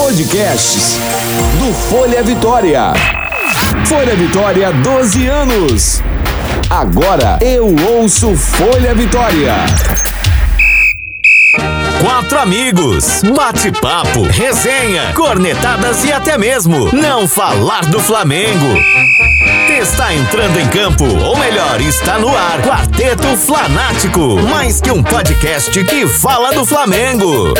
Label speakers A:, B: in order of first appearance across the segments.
A: Podcasts do Folha Vitória. Folha Vitória, 12 anos. Agora eu ouço Folha Vitória.
B: Quatro amigos, bate-papo, resenha, cornetadas e até mesmo não falar do Flamengo. Está entrando em campo, ou melhor, está no ar, Quarteto Flanático, mais que um podcast que fala do Flamengo.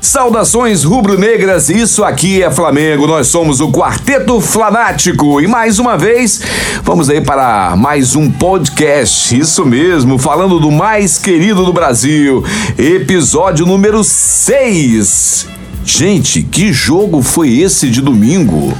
A: Saudações rubro-negras, isso aqui é Flamengo. Nós somos o Quarteto Flanático e mais uma vez vamos aí para mais um podcast. Isso mesmo, falando do mais querido do Brasil, episódio número 6. Gente, que jogo foi esse de domingo?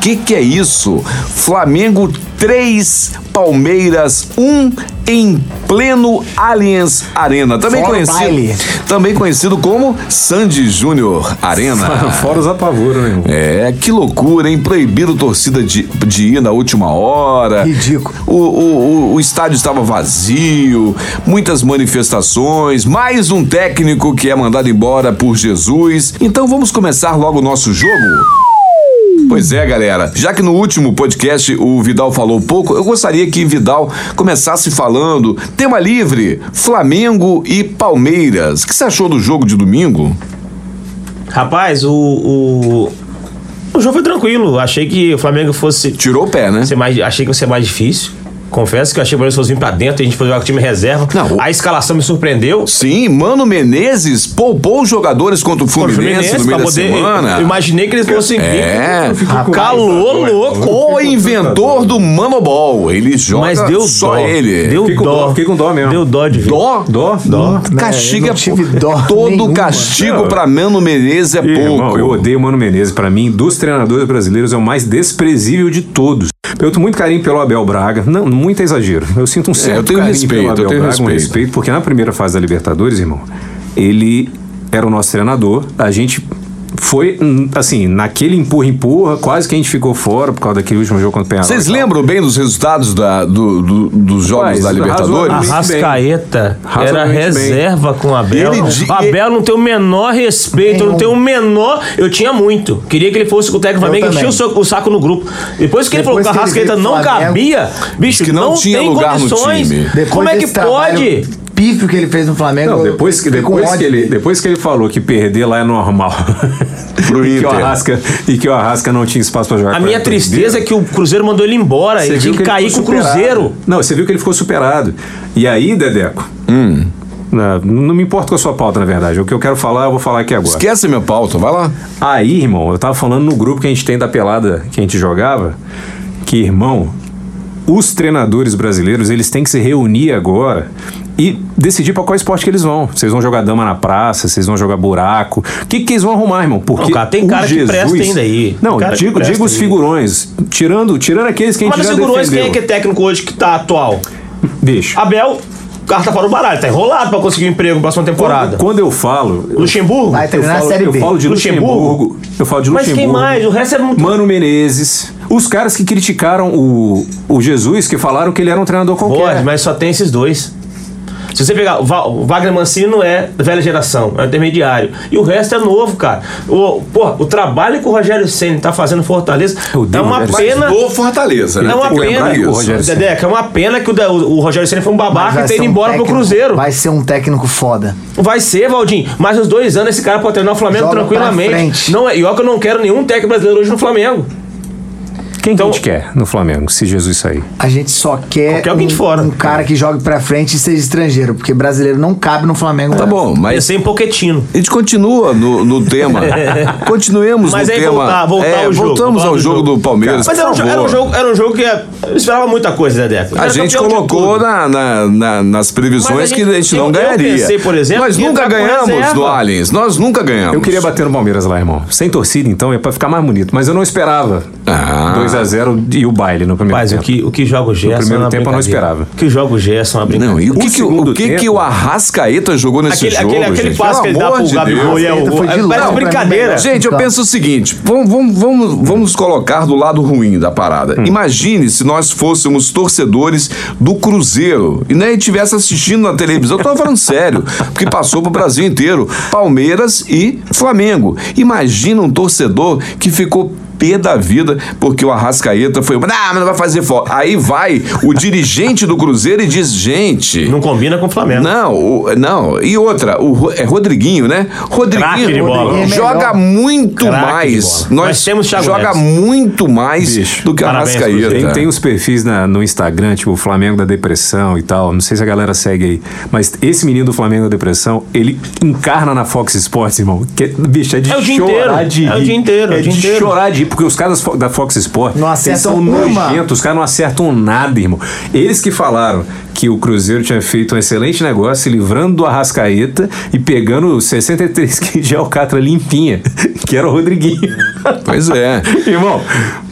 A: Que que é isso? Flamengo 3, Palmeiras 1 em pleno Allianz Arena, também
C: Fora o
A: conhecido,
C: baile.
A: também conhecido como Sandy Júnior Arena.
C: Fora os apavoros, né, irmão?
A: É, que loucura, hein? Proibiram torcida de, de ir na última hora.
C: Ridículo.
A: O, o, o, o estádio estava vazio, muitas manifestações, mais um técnico que é mandado embora por Jesus. Então vamos começar logo o nosso jogo? Pois é, galera. Já que no último podcast o Vidal falou pouco, eu gostaria que Vidal começasse falando. Tema livre: Flamengo e Palmeiras. O que você achou do jogo de domingo?
D: Rapaz, o, o. o jogo foi tranquilo. Achei que o Flamengo fosse
A: Tirou o pé, né?
D: ser mais. Achei que ia ser mais difícil. Confesso que eu achei que o Palmeiras fosse vir pra dentro, a gente foi jogar com o time reserva.
A: Não, o-
D: A escalação me surpreendeu.
A: Sim, Mano Menezes poupou os jogadores contra o
D: Contra o
A: Fluminense, no meio da semana.
D: Eu imaginei que eles fossem vir.
A: É.
D: Calor louco.
A: O inventor do Manobol. Ele joga
D: Mas deu
A: só
D: dó.
A: ele.
D: Deu
C: Fiquei com
D: dó.
C: dó, fiquei com dó mesmo.
D: Deu dó de vir.
A: Dó?
C: Dó? Dó.
A: Castiga
C: eu não tive dó
A: Todo
C: nenhuma.
A: castigo
C: Não.
A: pra Mano Menezes é pouco.
E: Irmão, eu odeio o Mano Menezes. Pra mim, dos treinadores brasileiros, é o mais desprezível de todos. Eu tenho muito carinho pelo Abel Braga. Não, muito é exagero. Eu sinto um certo
A: eu tenho
E: carinho
A: respeito,
E: pelo Abel
A: eu tenho
E: Braga, um
A: respeito.
E: respeito, porque na primeira fase da Libertadores, irmão, ele era o nosso treinador. A gente foi, hum, assim, naquele empurra-empurra, quase que a gente ficou fora por causa daquele último jogo contra o Penharol.
A: Vocês
E: e tal.
A: lembram bem dos resultados da- do- do- dos jogos
E: Rapaz,
A: da
D: Ah,
A: Libertadores?
E: razoavelmente.
D: Arrascaeta
E: Razoavelmente
D: era
E: bem.
D: reserva com o Abel.
A: Ele di-
D: O Abel não tem o menor respeito, não tem o menor. Eu tinha muito. Queria que ele fosse com o técnico do
C: Eu
D: Flamengo,
C: também.
D: enchia o, so- o saco no grupo. Depois que ele falou
C: Depois
D: que o
C: que ele
D: Arrascaeta
C: veio pro
D: não
C: Flamengo,
D: cabia, bicho,
A: que não
D: não,
A: tinha
D: tem
A: lugar no
D: condições.
A: time.
C: Depois
D: Como é que
C: desse trabalho
D: pode?
C: Pífio que ele fez no Flamengo.
E: Não, depois, que,
C: eu fico com
E: depois, que
C: ódio
E: ele,
C: dele.
E: depois que ele falou que perder lá é normal.
A: Pro
E: e, que
A: Inter.
E: o Arrasca, e que o Arrasca não tinha espaço pra jogar.
D: A
E: com
D: minha
E: ele.
D: tristeza é que o Cruzeiro mandou ele embora.
E: Você
D: ele tinha
E: viu
D: que,
E: ele
D: cair com
E: ficou
D: o
E: superado.
D: Cruzeiro.
E: Não, você viu que ele ficou superado. E aí, Dedeco? na- não me importo com a sua pauta, na verdade. O que eu quero falar, eu vou falar aqui agora.
A: Esquece minha pauta, vai lá.
E: Aí, irmão, eu tava falando no grupo que a gente tem da pelada que a gente jogava, que, irmão, os treinadores brasileiros, eles têm que se reunir agora e decidir pra qual esporte que eles vão. Vocês vão jogar dama na praça, vocês vão jogar buraco. O que, que eles vão arrumar, irmão? Porque
D: Não, cara, tem
E: o
D: cara que
E: Jesus...
D: presta ainda aí.
E: Não,
D: Cara que
E: digo,
D: presta
E: digo os
D: aí.
E: figurões. Tirando, tirando aqueles que a gente
D: Mas
E: já
D: os figurões, quem é
E: defendeu.
D: que é técnico hoje que tá atual?
E: Bicho,
D: Abel, o cara tá fora do baralho, tá enrolado pra conseguir um emprego na próxima temporada.
E: Quando, quando eu falo. eu-
D: Luxemburgo?
C: Vai
E: Eu
C: treinar a
E: falo,
C: Série
E: eu
C: B.
E: falo de
D: Luxemburgo?
E: Luxemburgo. Eu falo de
D: Mas quem
E: Luxemburgo.
D: mais? O resto é muito.
E: Mano Menezes. Os caras que criticaram o, o Jesus, que falaram que ele era um treinador qualquer.
D: Pode, mas só tem esses dois. Se você pegar, o Va- o Wagner Mancino é velha geração, é intermediário. E o resto é novo, cara. O, porra, o trabalho que o Rogério Senna tá fazendo no Fortaleza
E: Eu odeio
D: é
E: o
D: uma
E: Rogério
D: pena.
A: Do Fortaleza, né?
D: É uma
A: Tem que
D: pena.
A: lembrar
E: que o
A: isso. Tá
E: Rogério Ceni-
D: Dedeca, é uma pena que o, da- o Rogério Senna foi um
C: Mas
D: babaca
C: vai
D: e tá
C: ser
D: indo
C: um
D: embora pro
C: técnico-
D: Cruzeiro. Vai.
C: Vai ser um técnico foda.
D: ser, Valdim. Mas nos dois anos esse cara pode treinar o Flamengo
C: Joga pra
D: tranquilamente.
C: frente.
D: Não é, e olha que eu não quero nenhum técnico brasileiro hoje no Flamengo.
E: Quem
D: Então-
E: que a gente quer no Flamengo, se Jesus sair?
C: A gente só quer
D: Qualquer alguém de
C: um-
D: fora.
C: um cara que jogue pra frente e seja estrangeiro, porque brasileiro não cabe no Flamengo.
A: Tá bom,
D: Ia
A: mas
D: ser em Poquetino.
A: a gente continua no, no tema. Continuemos
D: Mas
A: no
D: aí
A: tema.
D: voltar- voltar
A: é,
D: ao jogo,
A: Voltamos
D: voltar
A: ao
D: ao
A: jogo
D: jogo.
A: do Palmeiras.
D: Mas era um,
A: por
D: jo- era um
A: favor.
D: jogo, era um jogo que é, eu esperava muita coisa, Dedeco.
A: A
D: Era
A: gente
D: campeão de
A: colocou
D: tudo.
A: na- na- na- nas previsões
D: Mas a
A: que a
D: gente-
A: gente
D: eu-
A: não
D: eu
A: ganharia.
D: pensei, por exemplo,
A: Nós
D: que ia
A: nunca
D: entrar com
A: ganhamos
D: reserva.
A: do Aliens. Nós nunca ganhamos.
E: Eu queria bater no Palmeiras lá, irmão. Sem torcida, então, é pra ficar mais bonito. Mas eu não esperava.
A: Ah,
E: 2x0 e o baile no primeiro
D: Mas o
E: tempo.
D: que, o que joga o Gerson.
E: primeiro
D: é uma
E: tempo eu não
D: brincadeira.
E: esperava.
D: O que joga o Gerson é uma brincadeira.
A: Não, e o que,
E: O
A: que, o,
E: né? Um segundo
A: que, que
E: tempo-
A: o Arrascaeta jogou nesse
D: Aquele,
A: jogo,
D: aquele, aquele
A: gente?
D: passo que
A: Pelo
D: ele dá
A: amor
D: pro
A: de
D: Gabigol
A: Deus.
D: e é
C: Arrascaeta
D: o.
C: foi de
D: Parece
C: longe pra mim,
D: brincadeira.
C: melhor.
A: Gente, eu
C: Tá.
A: penso o seguinte: vamos, vamos, vamos, vamos colocar do lado ruim da parada.
D: Hum.
A: Imagine se nós fôssemos torcedores do Cruzeiro e nem estivesse assistindo na televisão. Eu tô falando sério, porque passou pro Brasil inteiro. Palmeiras e Flamengo. Imagina um torcedor que ficou pé da vida, porque o Arrascaeta foi, não, mas não vai fazer foto. Aí vai o dirigente do Cruzeiro e diz, gente,
D: Não combina com o
E: É.
D: Flamengo.
A: não, o- não. E outra, o Ro- é Rodriguinho, né?
D: Craque de
A: Rodriguinho
D: bola.
A: joga
C: É melhor.
A: muito
D: Craque de
A: mais.
D: bola. Nós temos Thiago
A: joga
D: Neves.
A: muito mais
E: Bicho,
A: do que a
D: parabéns,
E: Tem,
A: Rascaeta.
E: tem uns perfis na- no Instagram, tipo o Flamengo da Depressão e tal. Não sei se a galera segue aí. Mas esse menino do Flamengo da Depressão, ele encarna na Fox Sports, irmão. Que, bicho, é de
D: É o dia
E: chorar
D: inteiro.
E: de
D: É o
E: rir.
D: dia inteiro, é
E: É
D: o
E: de
D: dia inteiro.
E: chorar de rir, porque os caras fo- da Fox Sports
C: Não
E: eles
C: acertam
E: são
C: uma.
E: nojentos. Os caras não acertam nada, irmão. Eles que falaram que o Cruzeiro tinha feito um excelente negócio, se livrando do Arrascaeta e pegando 63 quilos de alcatra é limpinha, que era o Rodriguinho.
A: Pois é.
E: irmão,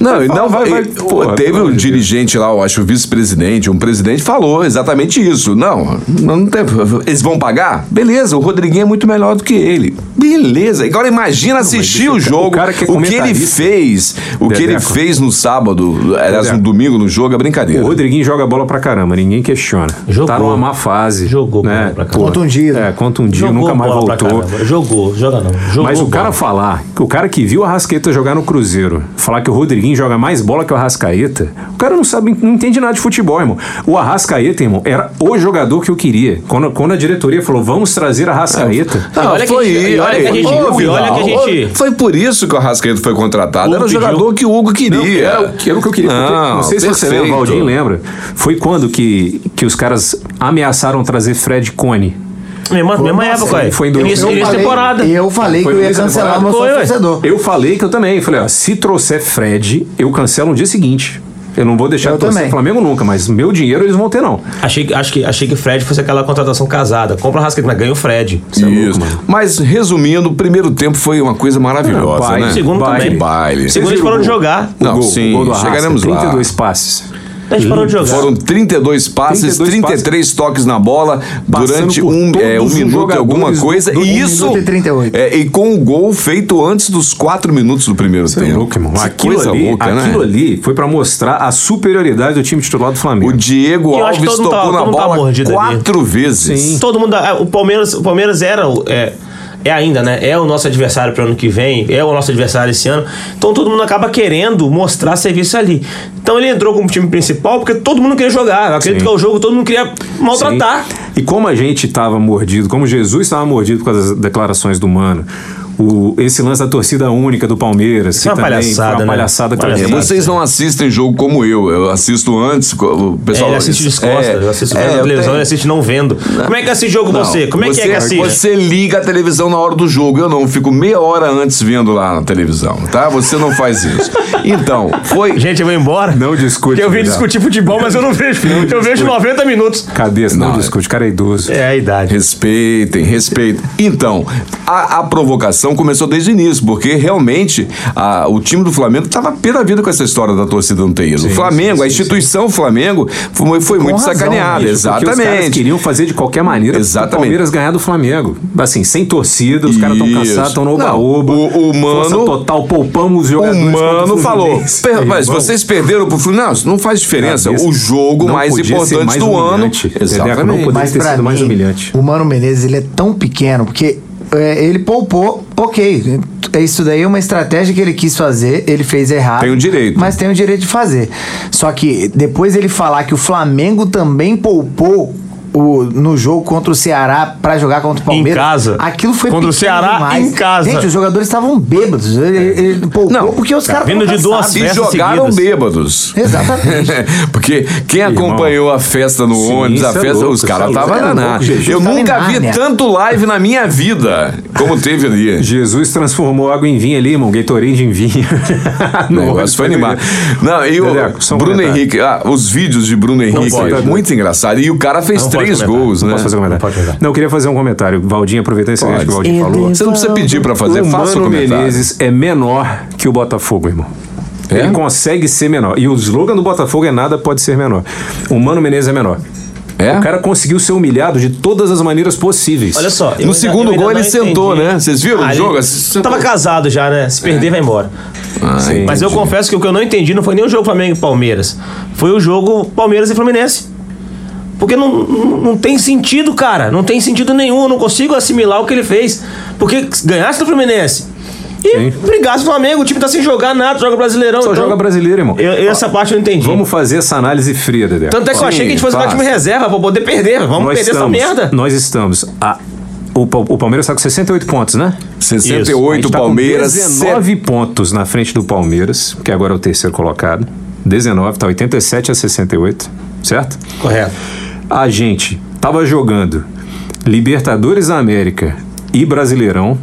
A: Não, e não
E: Vai,
A: vai.
E: vai,
A: e- pô,
E: porra,
A: teve
E: pelo
A: um
E: amor de Deus.
A: dirigente lá, eu acho, o vice-presidente, um presidente, falou exatamente isso. Não, não tem- eles vão pagar? Beleza, o Rodriguinho é muito melhor do que ele. Beleza. Agora imagina assistir o jogo, o,
E: cara que é
A: que ele
E: comentarista.
A: fez, o que ele
E: Dedeco.
A: fez no sábado, aliás, no
E: Dedeco.
A: domingo no jogo, é brincadeira.
E: O Rodriguinho joga bola pra caramba, ninguém questiona.
D: Jogou.
E: Tá numa má fase.
D: Jogou
E: né?
D: bola pra
E: Pô,
D: caramba.
C: Contundido.
E: É, contundiu,
D: Jogou
E: nunca mais
D: bola pra
E: voltou.
D: caramba. Jogou, joga não. Jogou
E: Mas o
D: bola.
E: cara falar, o cara que viu a Rascaeta jogar no Cruzeiro, falar que o Rodriguinho joga mais bola que o Arrascaeta, o cara não sabe, não entende nada de futebol, irmão. O Arrascaeta, irmão, era o jogador que eu queria. Quando, quando a diretoria falou, vamos trazer a Arrascaeta.
A: Não,
D: E olha que a gente- e olha que a gente-
A: houve,
D: e olha
A: não,
D: que a gente-
A: houve. Foi por isso que o Arrascaeta foi contratado.
D: Hugo
A: Era o
D: pediu.
A: jogador que o Hugo queria.
E: Era é, o que, era o que eu queria. porque-
A: Não,
E: não sei se você lembra,
A: perfeito.
E: o Valdinho lembra. Foi quando que, que os caras ameaçaram trazer Fred Cone.
D: Mesma, mesma época, aí.
E: foi em dois-
D: início,
E: eu
D: início de
C: falei-
D: temporada.
C: Eu falei
E: Foi
C: que eu ia
E: início da
C: cancelar,
E: temporada.
C: mas eu sou
D: Foi, ué.
C: torcedor.
E: Eu falei que eu também. Falei, ó, se trouxer Fred, eu cancelo no dia seguinte. Eu não vou deixar
C: Eu
E: de torcer
C: também.
E: Flamengo nunca, mas meu dinheiro eles vão ter, não.
D: Achei, que- acho que, achei que o Fred fosse aquela contratação casada. Compra o Rascaeta, mas ganha o Fred.
A: Isso. Mas, resumindo, o primeiro tempo foi uma coisa maravilhosa,
E: Não, baile.
A: né?
D: Segundo
A: Que
D: também.
A: baile.
D: Segundo eles
E: viram
D: parou
E: o
D: de
E: gol?
D: jogar.
A: Não,
E: o
A: sim,
E: do Arrasca,
A: chegaremos lá.
E: 32 passes.
D: A gente parou de jogar.
A: Foram 32 passes,
E: 32
A: 33 toques na bola
E: Passando
A: durante
E: por
A: um, é,
E: todos
A: um
E: os
A: minuto e
E: jogadores
A: alguma
E: do-
A: coisa.
E: do- um
A: e isso.
C: minuto e 38.
A: é, e com o gol feito antes dos 4 minutos do primeiro
E: Tá
A: tempo.
E: louco, irmão.
A: Que
E: Aquilo,
A: coisa
E: ali,
A: louca, né?
E: aquilo ali foi pra mostrar a superioridade do time titular do Flamengo.
A: O Diego
D: Eu acho
A: Alves
D: que todo mundo
A: tocou
D: tá-
A: na
D: todo mundo tá
A: bola
D: mordido ali.
A: quatro vezes.
E: Sim.
D: Todo mundo. ah, O Palmeiras, o Palmeiras era. o- É, é ainda, né? É o nosso adversário para ano que vem, é o nosso adversário esse ano. Então todo mundo acaba querendo mostrar serviço ali. Então ele entrou como time principal porque todo mundo queria jogar. Eu acredito
E: Sim.
D: que é o jogo, todo mundo queria
E: Sim.
D: maltratar.
E: E como a gente estava mordido, como Jesus estava mordido por causa das declarações do Mano, o, esse lance da torcida única do Palmeiras,
D: é
E: que
D: uma
E: também
D: palhaçada,
E: foi
D: né?
E: uma palhaçada
A: É,
E: que
D: Palhaçada.
E: também.
A: vocês não assistem jogo como eu. Eu assisto antes, co- o pessoal.
D: É, ele assiste
A: isso- É.
D: descosta, eu assisto vendo
A: eu
D: televisão, ele
A: tenho-
D: assiste não vendo. Como é que assiste jogo
A: Não,
D: você? Como é que é que assiste?
A: Você liga a televisão na hora do jogo. Eu não, eu fico meia hora antes vendo lá na televisão, tá? Você não faz isso. Então, foi.
D: Gente, eu vou embora.
E: Não discute,
D: Porque eu vim
E: Vidal.
D: discutir futebol, mas eu não vejo. eu vejo 90 minutos.
E: Cabeça, não,
A: Não, é-
E: discute, o cara é idoso.
D: É a idade.
A: Respeitem, respeitem. Então, a, a provocação começou desde o início, porque realmente a- o time do Flamengo estava pé da vida com essa história da torcida não ter ido. O Flamengo, a instituição Flamengo, foi, foi muito
C: razão,
A: sacaneada.
E: Bicho, porque Os caras
A: exatamente.
E: queriam fazer de qualquer maneira
A: Exatamente.
E: o Palmeiras ganhar do Flamengo. Assim, sem torcida, os caras estão
A: Isso.
E: cansados, estão no
A: Não,
E: oba-oba.
A: o- o
E: Força
A: Mano-
E: total, poupamos os
A: O
E: jogadores. contra
A: Um Mano
E: Fluminense.
A: falou. "Per- Mas
E: Irmão,
A: vocês perderam pro Fluminense? Não, não faz diferença.
E: cabeça.
A: O jogo
E: Não
A: mais
E: podia ser
A: importante
E: mais
A: do ano.
E: humilhante. Entendeu? Não podia
C: Mas
E: ter
C: pra
E: sido mais
C: mim,
E: humilhante.
C: O Mano Menezes, ele é tão pequeno, porque é, ele poupou, ok. é Isso daí é uma estratégia que ele quis fazer, ele fez errado.
A: Tem o direito.
C: Mas tem o direito de fazer. Só que depois ele falar que o Flamengo também poupou. o- no jogo contra o Ceará pra jogar contra o Palmeiras.
D: casa.
C: Aquilo foi
D: Contra o
C: pequeno
D: Ceará,
C: demais.
D: em casa.
C: Gente, os jogadores estavam bêbados.
E: É.
C: Ele, ele poupou
A: Não,
C: porque os caras
D: Tá vindo
C: tavam
D: de duas
C: cansados.
A: E
D: Festas
A: jogaram
D: seguidas.
A: bêbados.
C: Exatamente.
A: Porque quem acompanhou a festa no
E: Sim,
A: ônibus, a
E: isso é
A: festa,
E: louco,
A: os caras
E: isso é né? louco.
A: estavam
E: Era
A: na.
E: louco, Jesus
A: Eu
C: tava em
A: nunca vi
C: Nárnia.
A: tanto live na minha vida como teve ali.
E: Jesus transformou água em vinho ali, irmão. Gatorade em vinho.
A: O
E: Não,
A: negócio foi animado. Não, e
E: Dedeco, só
A: o
E: um
A: Bruno
E: comentário.
A: Henrique, ah, os vídeos de Bruno Henrique,
E: pode.
A: muito engraçado. E o cara fez
D: Não pode
A: três
D: comentar,
A: gols,
E: Não
A: né?
E: posso fazer um
D: Não pode
E: comentário.
D: jogar.
E: Não, eu queria fazer um comentário. Valdinho, aproveitando esse gancho que o Valdinho falou.
A: Você não precisa pedir pra fazer, é
E: o
A: faça o
E: Mano
A: comentário.
E: Menezes é menor que o Botafogo, irmão.
A: É?
E: Ele consegue ser menor. E o slogan do Botafogo é nada pode ser menor. O Mano Menezes é menor.
A: É?
E: O cara conseguiu ser humilhado de todas as maneiras possíveis.
D: Olha só. eu
A: No
D: ainda-
A: segundo
D: eu ainda
A: gol
D: não
A: ele sentou,
D: entendi.
A: né? Vocês viram o
D: ele
A: jogo? Sentou.
D: Tava casado já, né? Se perder, vai embora.
A: Ah,
E: Sim.
D: Mas eu
A: entendi.
D: confesso que o que eu não entendi não foi nem o jogo Flamengo e Palmeiras. Foi o jogo Palmeiras e Fluminense. Porque não, não, não tem sentido, cara. Não tem sentido nenhum. Eu não consigo assimilar o que ele fez. Porque ganhasse do Fluminense. E
E: Sim.
D: brigasse do Flamengo. O time tá sem jogar nada, joga brasileirão.
E: Só
D: então-
E: joga brasileiro, irmão.
D: Eu- eu essa parte eu não entendi.
E: Vamos fazer essa análise fria, Dedé.
D: Tanto é que eu
A: Sim,
D: achei que a gente fosse jogar
A: faz.
D: time reserva pra poder perder. Vamos
E: nós
D: perder
E: estamos,
D: essa merda.
E: Nós estamos. a- o, Pa- o Palmeiras está com 68 pontos, né? A gente
A: 68
E: tá com
A: Palmeiras,
E: 19 pontos na frente do Palmeiras, que agora é o terceiro colocado. 19, tá 87 a 68, certo?
D: Correto.
E: A gente tava jogando Libertadores da América e Brasileirão,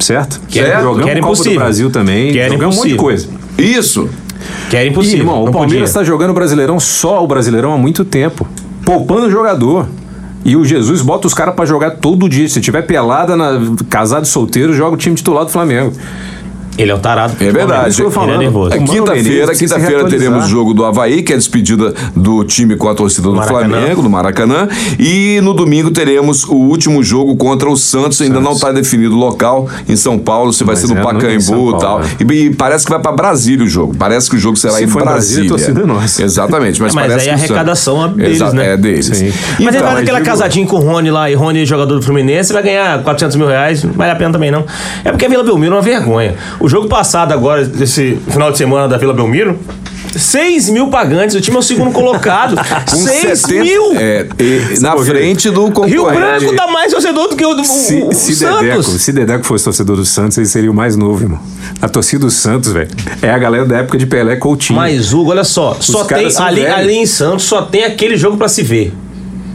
E: certo?
D: Que era-
E: Jogamos
D: que era
E: Copa do
D: impossível.
E: Brasil também,
D: Que era
E: jogamos um monte de
D: impossível.
E: coisa.
A: Isso.
D: Que era impossível.
E: Ih, irmão, o
D: não
A: tá
E: Palmeiras
D: podia.
E: está jogando o Brasileirão só o Brasileirão há muito tempo, poupando o jogador. E o Jesus bota os caras pra jogar todo dia. Se tiver pelada, na, casado solteiro, joga o time titular do Flamengo.
D: Ele é o tarado.
A: É
E: Por
A: verdade.
E: isso que eu tô falando.
D: Ele é nervoso.
E: O
A: É
E: Mano Menezes
A: quinta-feira,
E: precisa se
A: quinta-feira
E: atualizar.
A: teremos o jogo do Havaí, que é a despedida do time com a torcida do
D: Maracanã.
A: Flamengo, do Maracanã. E no domingo teremos o último jogo contra o Santos. Ainda não está definido o local em São Paulo, se vai
E: Mas
A: ser no
E: é, não é em
A: Pacaembu
E: São
A: e tal.
E: Paulo,
A: E, e parece que vai para Brasília o jogo. Parece que o jogo será
E: Se
A: em
E: for em
A: Brasília.
E: Brasília, a torcida é nossa.
A: Exatamente. Mas,
D: É, Mas
A: parece
D: aí
A: que
D: a
A: o Santos-
D: arrecadação é deles,
A: Exa-
D: né?
A: É deles.
E: Sim.
D: Mas
A: Então,
D: ele vai naquela
E: digo-
D: casadinha com o Rony lá, e Rony é jogador do Fluminense, vai ganhar 400 mil reais, não vale a pena também não. É porque a Vila Belmiro é uma vergonha. O jogo passado agora, esse final de semana da Vila Belmiro, 6 mil pagantes, o time é o segundo colocado.
A: com
D: 6
A: 70
D: mil!
A: é, e na frente do concorrente.
D: Rio Branco dá mais torcedor do que o do o-
E: Se,
D: o
E: se, Dedeco,
D: Santos.
E: se Dedeco fosse torcedor do Santos, ele seria o mais novo, irmão. A torcida do Santos, velho, é a galera da época de Pelé e Coutinho.
D: Mas, Hugo, olha só, só
E: caras
D: tem,
E: são
D: ali,
E: velhos.
D: ali em Santos só tem aquele jogo pra se ver.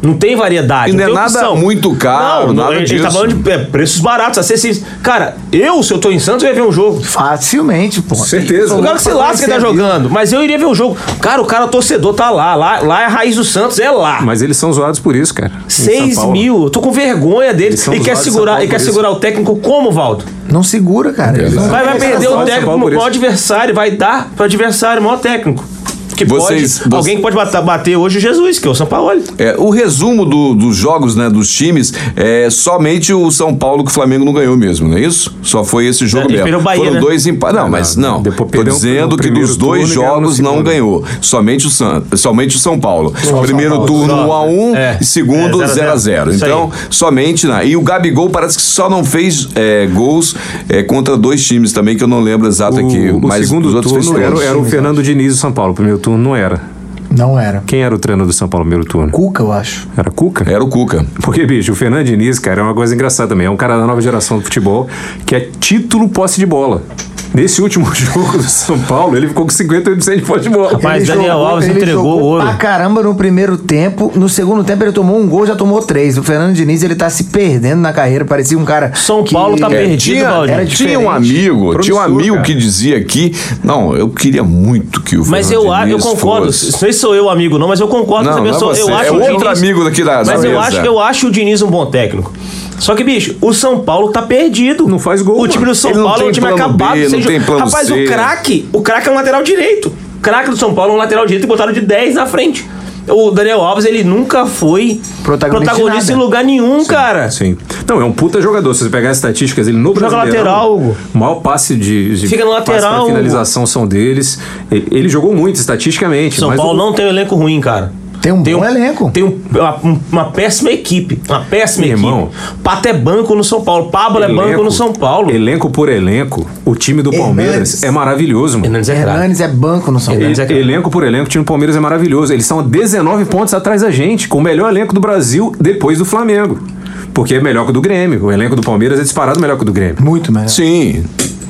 D: Não tem variedade.
A: E não é
D: tem
A: nada
D: opção.
A: muito caro,
D: não,
A: nada
D: não, ele, ele tá
A: disso.
D: falando de é, preços baratos, acessíveis. Cara, eu, se eu tô em Santos, eu ia ver um jogo.
C: Facilmente, pô. Com
E: certeza.
A: né?
D: O cara que se lasca que
E: é
D: tá jogando, mas eu iria ver o jogo. Cara, o cara torcedor tá lá, lá, lá é a raiz do Santos, é lá.
E: Mas eles são zoados por isso, cara. em São
D: 6
E: Paulo.
D: mil, eu tô com vergonha dele.
E: Eles são
D: E quer,
E: usados em São
D: segurar,
E: Paulo
D: e quer
E: por isso.
D: segurar o técnico como, Valdo?
C: Não segura, cara. Eles não-
D: Vai, vai perder
E: São
D: o
A: é
E: Paulo
D: técnico
E: por
D: pro
E: isso.
D: maior adversário, vai dar pro adversário, o maior técnico. Que
A: Vocês-
D: pode, Alguém que pode bater, bater hoje o Jesus, que é o São Paulo.
A: É, o resumo do- dos jogos, né, dos times, é somente o São Paulo que o Flamengo não ganhou mesmo, não é isso? Só foi esse jogo
D: É, e
A: mesmo.
D: perdeu o Bahia,
A: Foram
D: né?
A: dois empates. Não, mas não.
E: Depois
A: Tô
E: perdeu no
A: dizendo que
E: primeiro
A: dos dois
E: turno e ganhou no
A: jogos não
E: segundo.
A: ganhou. Somente o Santos, somente o São Paulo. Primeiro
C: Paulo,
A: turno
D: só.
A: 1 a 1
D: É.
A: e segundo
D: É, 0
A: 0 a
D: a 0.
A: 0.
D: Isso aí.
A: Então, somente na. E o Gabigol parece que só não fez é, gols é, contra dois times também que eu não lembro exato aqui,
E: O, o
A: mas os
E: segundo
A: outros fez
E: turno era,
A: todos.
E: era o Fernando Diniz do São Paulo. O primeiro turno não era.
C: Não era.
E: Quem era o treinador do São Paulo no primeiro turno?
C: Cuca, eu acho.
E: Era Cuca?
D: É.
A: Era o Cuca.
E: Porque, bicho, o Fernando Diniz, cara, é uma coisa engraçada também. É um cara da nova geração do futebol que é título posse de bola. Nesse último jogo do São Paulo, ele ficou com 58% de posse de bola.
D: Mas Daniel Alves
C: ele
D: entregou
C: jogou
D: o ouro.
C: Pra caramba no primeiro tempo. No segundo tempo ele tomou um gol, já tomou três. O Fernando Diniz, ele tá se perdendo na carreira. Parecia um cara.
D: São
C: que-
D: Paulo tá
C: É,
D: perdido,
A: tinha,
D: Valdir.
C: Era
A: tinha
C: diferente.
A: um amigo, tinha um
E: Promissor,
A: amigo
E: cara.
A: que dizia aqui, não, eu queria muito que o
D: Mas
A: Fernando
D: eu, a- eu
A: Diniz
D: concordo.
A: fosse."
D: Não sei se sou eu amigo, não, mas eu concordo
A: Não,
D: com
A: não é
D: essa pessoa.
A: você.
D: eu
A: É
D: acho o
A: outro
D: Diniz-
A: amigo daqui da- da
D: Mas eu
A: mesa.
D: acho, eu acho o Diniz um bom técnico. Só que, bicho, o São Paulo tá perdido.
E: Não faz gol,
D: O time
E: mano.
D: do São
A: Ele não
D: Paulo é
A: tem
D: um time
A: plano
D: acabado.
A: B,
D: sem
A: não
D: jo-
A: tem plano
D: Rapaz,
A: C.
D: o craque, o craque é um lateral direito. O craque do São Paulo é um lateral direito e botaram de 10 na frente. O Daniel Alves, ele nunca foi
C: Protagonista
D: protagonista,
C: de nada.
D: em lugar nenhum, cara.
E: Sim. Não, é um puta jogador. Se você pegar as estatísticas, ele no
D: Joga
E: Brasileirão,
D: lateral, Hugo.
E: O maior passe de, de
D: Fica no
E: passe pra
D: lateral,
E: finalização são deles. E- Ele jogou muito estatisticamente.
D: São
E: mas
D: Paulo
E: o-
D: não tem um elenco ruim, cara.
C: Tem um bom elenco.
D: Tem um- uma, uma péssima equipe. Uma péssima
E: Meu
D: equipe.
E: irmão.
D: Pato é banco no São Paulo. Pablo é banco no São Paulo.
E: Elenco por elenco, o time do
C: Hernandes.
E: Palmeiras é maravilhoso, mano.
D: Hernandes é craque.
C: Hernanes é banco no São Paulo.
D: Hernandes é craque.
E: Elenco por elenco, o time do Palmeiras é maravilhoso. Eles estão 19 pontos atrás da gente, com o melhor elenco do Brasil depois do Flamengo. Porque é melhor que o do Grêmio. O elenco do Palmeiras é disparado melhor que o do Grêmio.
C: Muito melhor.
A: Sim.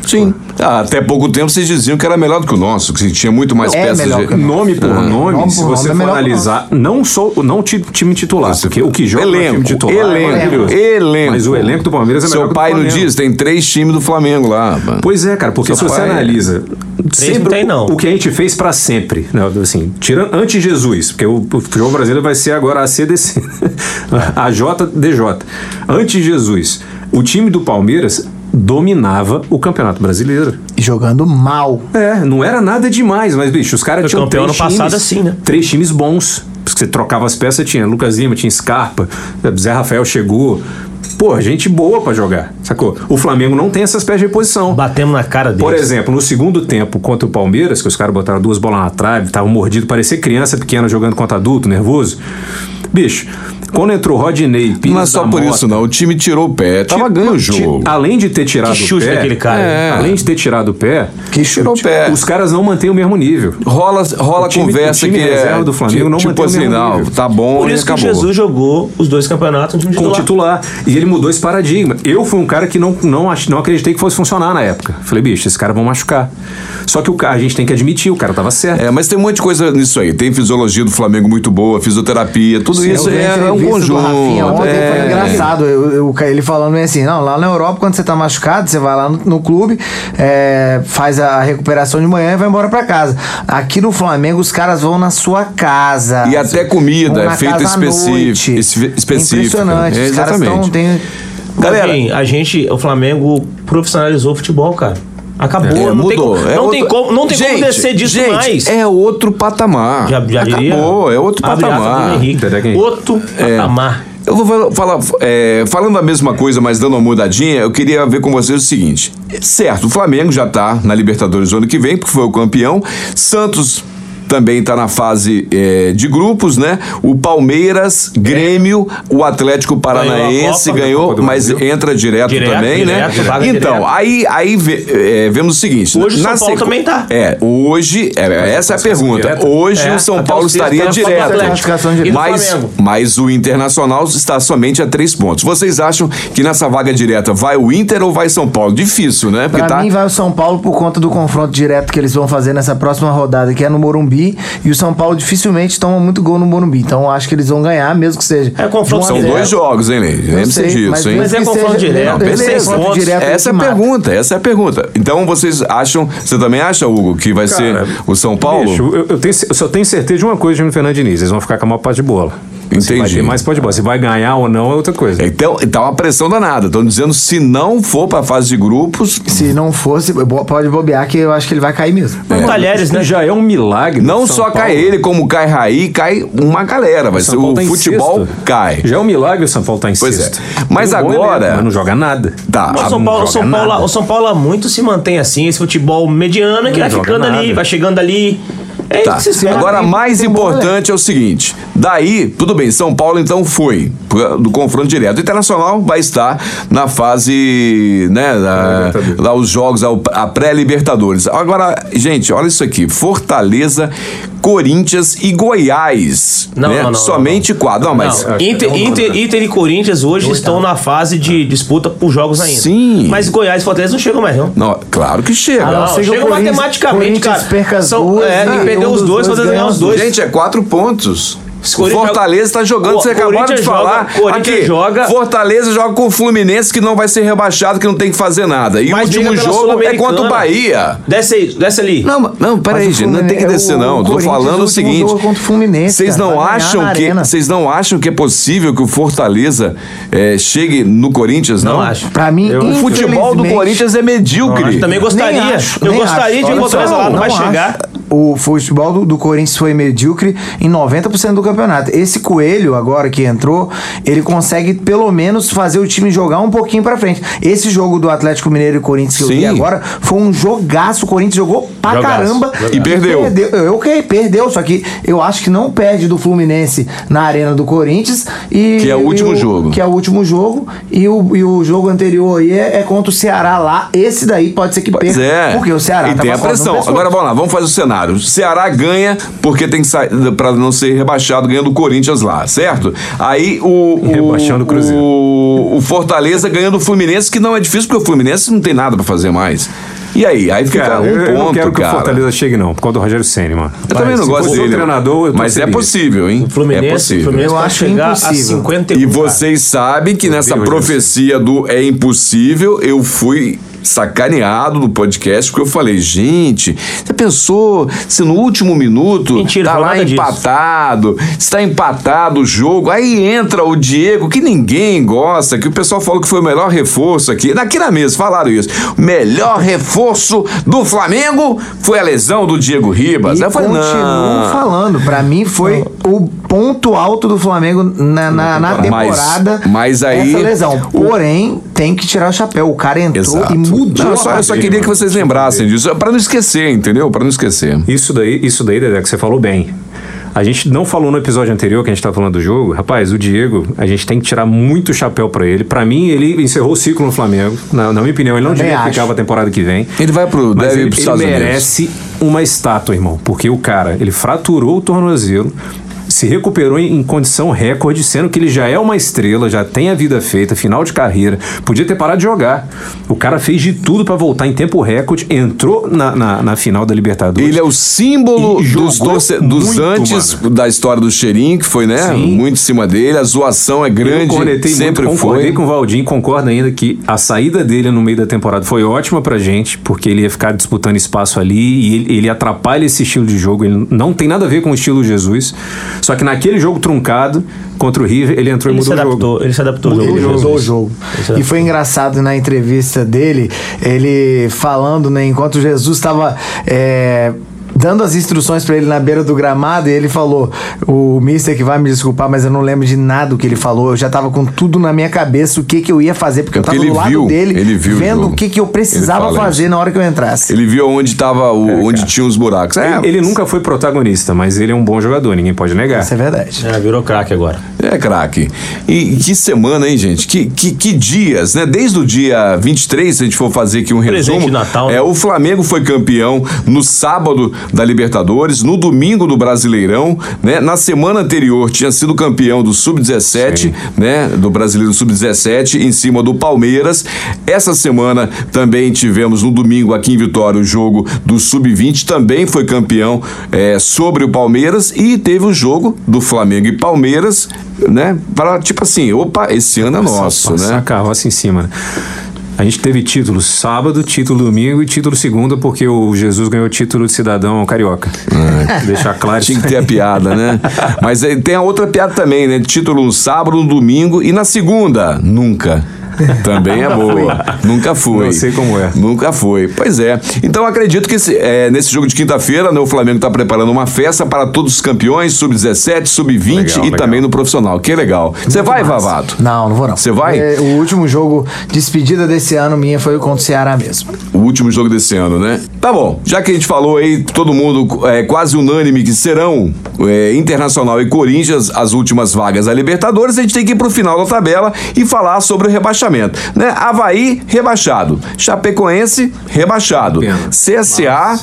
A: Sim. Ah, Até pouco tempo vocês diziam que era melhor do que o nosso, que tinha muito mais
C: Não, é
A: peças
C: melhor
A: de-
C: que o nosso.
E: Nome por nome,
C: nome
E: se
C: por
E: você
C: nome é
E: for
C: melhor que o
E: analisar, não só o- não ti- time titular, porque o que joga no time
A: elenco,
E: titular é
A: elenco,
E: maravilhoso.
A: elenco.
E: Mas o elenco do Palmeiras é melhor
A: Seu
E: que o do
A: pai não
E: Flamengo.
A: diz, tem três times do Flamengo lá. mano.
E: Pois é, cara, porque
A: Seu
E: se você
A: pai-
E: analisa
D: não
E: sempre
D: tem,
E: o-
D: não.
E: o que a gente fez pra sempre, né, assim, tirando antes de Jesus, porque o, o futebol brasileiro vai ser agora a CDC, a JDJ. Antes de Jesus, o time do Palmeiras dominava o Campeonato Brasileiro.
C: Jogando mal.
E: É, não era nada demais, mas, bicho, os caras
D: Foi
E: tinham
D: campeão
E: três
D: ano
E: times,
D: passado assim, né?
E: Três times bons. Porque você trocava as peças, tinha Lucas Lima, tinha Scarpa, Zé Rafael chegou. Pô, gente boa pra jogar, sacou? O Flamengo não tem essas peças de reposição.
D: Batemos na cara dele.
E: Por exemplo, no segundo tempo contra o Palmeiras, que os caras botaram duas bolas na trave, tava mordido, parecia criança pequena jogando contra adulto, nervoso. Bicho, quando entrou Rodinei, Pires
A: Não é só
E: da
A: por
E: Mota,
A: isso, não. O time tirou o pé. Tava ganho o jogo.
E: Além de ter tirado
D: Que chute
E: o pé,
D: daquele cara,
E: é,
A: hein?
E: além de ter tirado o pé,
A: Que chute. Tirou o pé.
E: os caras não mantêm o mesmo nível.
A: Rola, rola
E: O time-
A: conversa
E: o time
A: que é.
E: reserva do Flamengo não
A: tipo
E: mantém o
A: assim,
E: mesmo
A: não,
E: nível.
A: tá bom,
D: Por
A: e
D: isso que o
A: acabou.
D: Jesus jogou os dois campeonatos no time
E: Com o
D: titular.
E: titular. E ele mudou esse paradigma. Eu fui um cara que não, não, ach- não acreditei que fosse funcionar na época. Falei, bicho, esses caras vão machucar. Só que o cara, a gente tem que admitir, o cara tava certo.
A: É, mas tem um monte de coisa nisso aí. Tem fisiologia do Flamengo muito boa, fisioterapia, tudo isso
C: vi a
A: é, é um
C: entrevista do Rafinha
A: conjunto.
C: ontem, foi
A: É.
C: engraçado. Eu- eu- ele falando bem assim: não, lá na Europa, quando você tá machucado, você vai lá no, no clube, é, faz a recuperação de manhã e vai embora pra casa. Aqui no Flamengo, os caras vão na sua casa.
A: E até comida,
C: Vão
A: é
C: na
A: feito
C: casa à
A: específico-
C: noite.
A: espe- específico.
C: Impressionante.
A: É,
C: os caras
A: exatamente.
C: estão. Tem...
A: Galera,
D: Enfim, a gente, o Flamengo profissionalizou o futebol, cara. Acabou,
A: É,
D: não,
A: mudou.
D: Tem, como-
A: É
D: não, tem
A: outro-
D: como, não tem como
A: Gente,
D: descer disso
A: gente,
D: mais.
A: É outro patamar.
D: Já, já diria.
A: Acabou, é outro
D: abre aspas,
A: patamar.
D: Bruno Henrique,
E: Tá, Dequinho?
D: Outro patamar.
A: Eu vou fal- falar, é, falando a mesma coisa, mas dando uma mudadinha, eu queria ver com vocês o seguinte. Certo, o Flamengo já está na Libertadores o ano que vem, porque foi o campeão. Santos também está na fase é, de grupos, né? O Palmeiras, Grêmio, o Atlético Paranaense
D: Copa,
A: ganhou,
E: Copa do
A: mas
E: Brasil.
A: entra direto,
D: Direto,
A: também,
D: direto,
A: né?
D: vaga
A: Então,
D: direto.
A: aí, aí ve- é, vemos o seguinte.
D: Hoje o
A: na
D: São Paulo
A: sequ-
D: também tá.
A: É, hoje, é, essa é a pergunta.
E: direta?
A: Hoje
D: É,
A: o São
D: até
A: Paulo
D: o sexto,
A: estaria
D: tá na Copa do
A: direto.
D: Atlético.
C: Classificação direta.
D: E do
A: Mas,
D: Flamengo.
A: mas o Internacional está somente a três pontos. Vocês acham que nessa vaga direta vai o Inter ou vai São Paulo? Difícil, né? Porque
C: Pra
A: tá.
C: mim vai o São Paulo por conta do confronto direto que eles vão fazer nessa próxima rodada, que é no Morumbi, e o São Paulo dificilmente toma muito gol no Morumbi. Então eu acho que eles vão ganhar, mesmo que seja.
D: É confronto
C: de um a
A: São
D: direto.
A: dois jogos, hein, Leide? Lembre-se
C: sei, mas-
A: disso, hein?
D: Mas é
C: que
D: confronto
C: seja-
D: direto.
A: Não,
C: Não,
A: beleza.
D: Seis pontos.
C: direto
A: essa é a
C: que mata.
A: pergunta, essa é a pergunta. Então vocês acham, você também acha, Hugo, que vai
E: Cara,
A: ser o São Paulo?
E: Bicho, eu, eu tenho ce- eu só tenho certeza de uma coisa, Júnior Fernando Diniz. Eles vão ficar com a maior parte de bola. Se vai
A: Entendi.
E: ter mais pó de bola. Se vai ganhar ou não é outra coisa.
A: Então, tá uma pressão danada. Estão dizendo se não for pra fase de grupos,
C: Se não fosse, bo- pode bobear que eu acho que ele vai cair mesmo.
D: O Talheres, né?
E: Já é um milagre.
A: não
E: do São
A: só cai
E: Paulo.
A: ele, como cai Raí, cai uma galera. Vai ser,
E: São Paulo
A: o
E: tá em
A: futebol
E: sexto.
A: cai.
E: Já é um milagre o São Paulo tá em
A: Pois é.
E: sexto.
A: Mas
E: Tem um bom
A: agora-
E: elenco, mas não joga nada.
A: Tá,
D: Mas o São
E: não
D: Paulo,
E: joga
D: São Paulo,
E: nada.
D: o São Paulo há muito se mantém assim, esse futebol mediano que vai
E: joga
D: ficando ali,
E: nada.
D: vai chegando ali. É
A: Tá.
D: isso que se espera.
A: Agora,
D: Tem-
A: mais
D: tem bola, né?
A: importante é o seguinte: daí, tudo bem, São Paulo então foi pro- do confronto direto. O Internacional vai estar na fase, né, da,
E: Libertadores.
A: lá os jogos, ao- a pré-Libertadores. Agora, gente, olha isso aqui: Fortaleza, Corinthians e Goiás.
D: Não,
A: né?
D: não, não,
A: Somente quatro. Não, mas.
D: Não, Inter, Inter, Inter e Corinthians hoje estão
C: tá.
D: na fase de disputa por jogos ainda.
A: Sim.
D: Mas Goiás e Fortaleza não chegam mais, não.
A: Não, claro que chega.
C: Ah, não, sei que o
D: chegam
C: Corinthians-
D: matematicamente,
C: Corinthians
D: cara.
C: perca as
D: São-
C: duas
D: é,
C: e
D: e perdeu
C: um
D: os
C: dos
D: dois,
C: dois
D: fazendo ganhar
C: ganha
D: os
C: os
D: dois.
A: Gente, é quatro pontos.
D: Corinthians-
A: Fortaleza está jogando,
D: Co-
A: você acabou de
D: Corinthians joga-
A: falar.
D: Corinthians
A: Aqui,
D: joga-
A: Fortaleza joga com o Fluminense, que não vai ser rebaixado, que não tem que fazer nada. E o
D: Mas
A: último
D: briga pela
A: jogo é contra o
D: Sul-Americana.
A: Bahia.
D: Desce aí, desce ali.
A: Não, mas- não, peraí,
C: Mas o
A: gente, não tem que
C: Fluminense- é
A: descer,
C: o-
A: não.
C: o
A: Eu Tô
C: Corinthians
A: falando o
C: último
A: seguinte.
C: jogo contra o Fluminense,
A: Vocês
C: cara,
A: não
C: vai ganhar
A: acham
C: na
A: que.
C: Arena.
A: Vocês não acham que é possível que o Fortaleza eh, chegue no Corinthians, não?
D: Não acho.
C: Pra mim,
A: O futebol do
C: infelizmente,
A: Corinthians é medíocre.
D: Eu também gostaria.
C: Nem acho,
D: eu
C: nem
D: gostaria
C: acho.
D: de
C: Olha
D: encontrar
C: só,
D: essa lá, não,
C: não
D: vai
C: acho.
D: chegar.
C: O futebol do, do Corinthians foi medíocre em 90% do campeonato. Esse Coelho, agora que entrou, ele consegue pelo menos fazer o time jogar um pouquinho pra frente. Esse jogo do Atlético Mineiro e Corinthians que eu
A: Sim.
C: vi agora foi um jogaço. O Corinthians jogou pra
D: Jogaço,
C: caramba.
A: E perdeu.
C: perdeu. Eu, ok, perdeu. Só que eu acho que não perde do Fluminense na Arena do Corinthians. E,
A: Que é o
C: e
A: último jogo.
C: Que é o último jogo. E o, e o jogo anterior aí é, é contra o Ceará lá. Esse daí pode ser que
A: Pois
C: perca.
A: é.
C: Porque o Ceará
A: E
C: tá
A: tem a
C: passando
A: pressão.
C: pessoas.
A: Agora vamos lá, vamos fazer o cenário. O Ceará ganha porque tem que sair para não ser rebaixado, ganhando o Corinthians lá, certo? Aí o o-
E: Rebaixando o Cruzeiro.
A: O, o Fortaleza ganhando o Fluminense, que não é difícil porque o Fluminense não tem nada pra fazer mais. E aí? Aí fica
E: Cara,
A: um
E: eu,
A: ponto,
E: eu não quero que
A: cara.
E: o Fortaleza chegue, não, por causa do Rogério Ceni, mano.
A: Eu também não
E: se
A: gosto
E: fosse
A: dele.
E: um treinador, eu
A: mas é
E: torceria.
A: possível, hein?
D: Fluminense,
A: é possível.
D: Fluminense
C: Eu
D: pode
C: acho
D: chegar
C: impossível.
D: a 51.
A: E
D: cara.
A: vocês sabem que nessa
E: Deus.
A: profecia do é impossível, eu fui sacaneado no podcast, porque eu falei, gente, você pensou se no último minuto
D: Mentira,
A: tá
D: não
A: lá
D: nada disso.
A: empatado, está empatado o jogo, aí entra o Diego, que ninguém gosta, que o pessoal falou que foi o melhor reforço aqui, aqui na mesa falaram isso, melhor reforço do Flamengo foi a lesão do Diego Ribas.
C: E
A: eu falei,
C: continuam
A: não,
C: falando. Pra mim foi o ponto alto do Flamengo na, na, na
A: Mas-
C: temporada.
A: mas aí-
C: Essa lesão. Porém, tem que tirar o chapéu. O cara entrou e mudou.
A: Não, eu só, eu
C: a
A: só
C: partida.
A: queria que vocês lembrassem disso, pra não esquecer, entendeu? Pra não esquecer.
E: Isso daí, isso daí, Dedé, que você falou bem. A gente não falou no episódio anterior que a gente tava falando do jogo. Rapaz, o Diego, a gente tem que tirar muito chapéu pra ele. Pra mim, ele encerrou o ciclo no Flamengo. Na, na minha opinião, ele não
C: Também
E: devia
C: acho.
E: ficar pra temporada que vem.
A: Ele vai pro.
E: Mas
A: Deve
E: ele,
A: ir pros
E: ele
A: Estados Unidos.
E: merece uma estátua, irmão. Porque o cara, ele fraturou o tornozelo, se recuperou em, em condição recorde, sendo que ele já é uma estrela, já tem a vida feita, final de carreira, podia ter parado de jogar. O cara fez de tudo pra voltar em tempo recorde, entrou na, na, na final da Libertadores.
A: Ele é o símbolo
E: E
A: dos,
E: jogou
A: torce- dos
E: muito,
A: antes
E: mano.
A: da história do Cheirinho, que foi, né?
E: Sim.
A: Muito em cima dele. A zoação é
E: Eu
A: grande,
E: cornetei
A: sempre
E: muito, concordei
A: foi.
E: com o Valdir, concordo ainda que a saída dele no meio da temporada foi ótima pra gente, porque ele ia ficar disputando espaço ali e ele, ele atrapalha esse estilo de jogo, ele não tem nada a ver com o estilo Jesus. Só que naquele jogo truncado contra o River, ele entrou
D: Ele
E: e
D: se
E: mudou o jogo.
D: adaptou, ele se adaptou ao jogo.
C: Ele mudou o
D: Jesus.
C: jogo.
D: Exato.
A: é
C: E foi engraçado na entrevista dele, ele falando, né, enquanto Jesus estava. é, Dando as instruções pra ele na beira do gramado, e ele falou: O mister que vai me desculpar, mas eu não lembro de nada o que ele falou. Eu já tava com tudo na minha cabeça, o que que eu ia fazer, porque eu
A: É porque
C: tava do
A: ele
C: lado
A: viu,
C: dele,
A: ele viu o
C: vendo o,
A: jogo.
C: que que eu
A: Ele
C: precisava
A: fala
C: fazer na hora que eu entrasse.
A: Ele viu onde tava o, onde
E: É, cara.
A: tinha os buracos. É,
E: Ele, ele nunca foi protagonista, mas ele é um bom jogador, ninguém pode negar.
C: Isso é verdade.
D: É, virou craque agora.
A: É, craque. E que semana, hein, gente? Que, que, que dias, né? Desde o dia 23, se a gente for fazer aqui um
D: Presente
A: resumo.
D: de Natal, né?
A: É, o Flamengo foi campeão no sábado da Libertadores, no domingo do Brasileirão, né? Na semana anterior tinha sido campeão do Sub-17, né? Do Brasileiro Sub-17, em cima do Palmeiras. Essa semana também tivemos no domingo aqui em Vitória o jogo do Sub-20, também foi campeão é, sobre o Palmeiras e teve o jogo do Flamengo e Palmeiras, né? Para tipo assim, opa, esse ano é nosso,
E: Passar
A: né?
E: a carroça em cima, né? A gente teve título sábado, título domingo e título segunda, porque o Jesus ganhou o título de cidadão carioca. Deixar claro isso
A: É. Tinha que
E: aí.
A: ter a piada, né? Mas aí tem a outra piada também, né? Título no sábado, no domingo e na segunda. Nunca. Também é boa. Nunca foi.
E: Não sei como é.
A: Nunca foi. Pois é. Então acredito que esse- é, nesse jogo de quinta-feira, né, o Flamengo está preparando uma festa para todos os campeões, sub-17, sub-20 e
E: Legal, legal.
A: também no profissional. Que legal. Você vai, Vavado?
C: Não, não vou não.
A: Você vai?
C: É, o último jogo, despedida desse ano minha, foi contra o Ceará mesmo.
A: O último jogo desse ano, né? Tá bom, já que a gente falou aí, todo mundo é quase unânime que serão é, Internacional e Corinthians as últimas vagas da Libertadores, a gente tem que ir pro final da tabela e falar sobre o rebaixamento, né? Havaí, rebaixado. Chapecoense, rebaixado.
E: Pena.
A: CSA,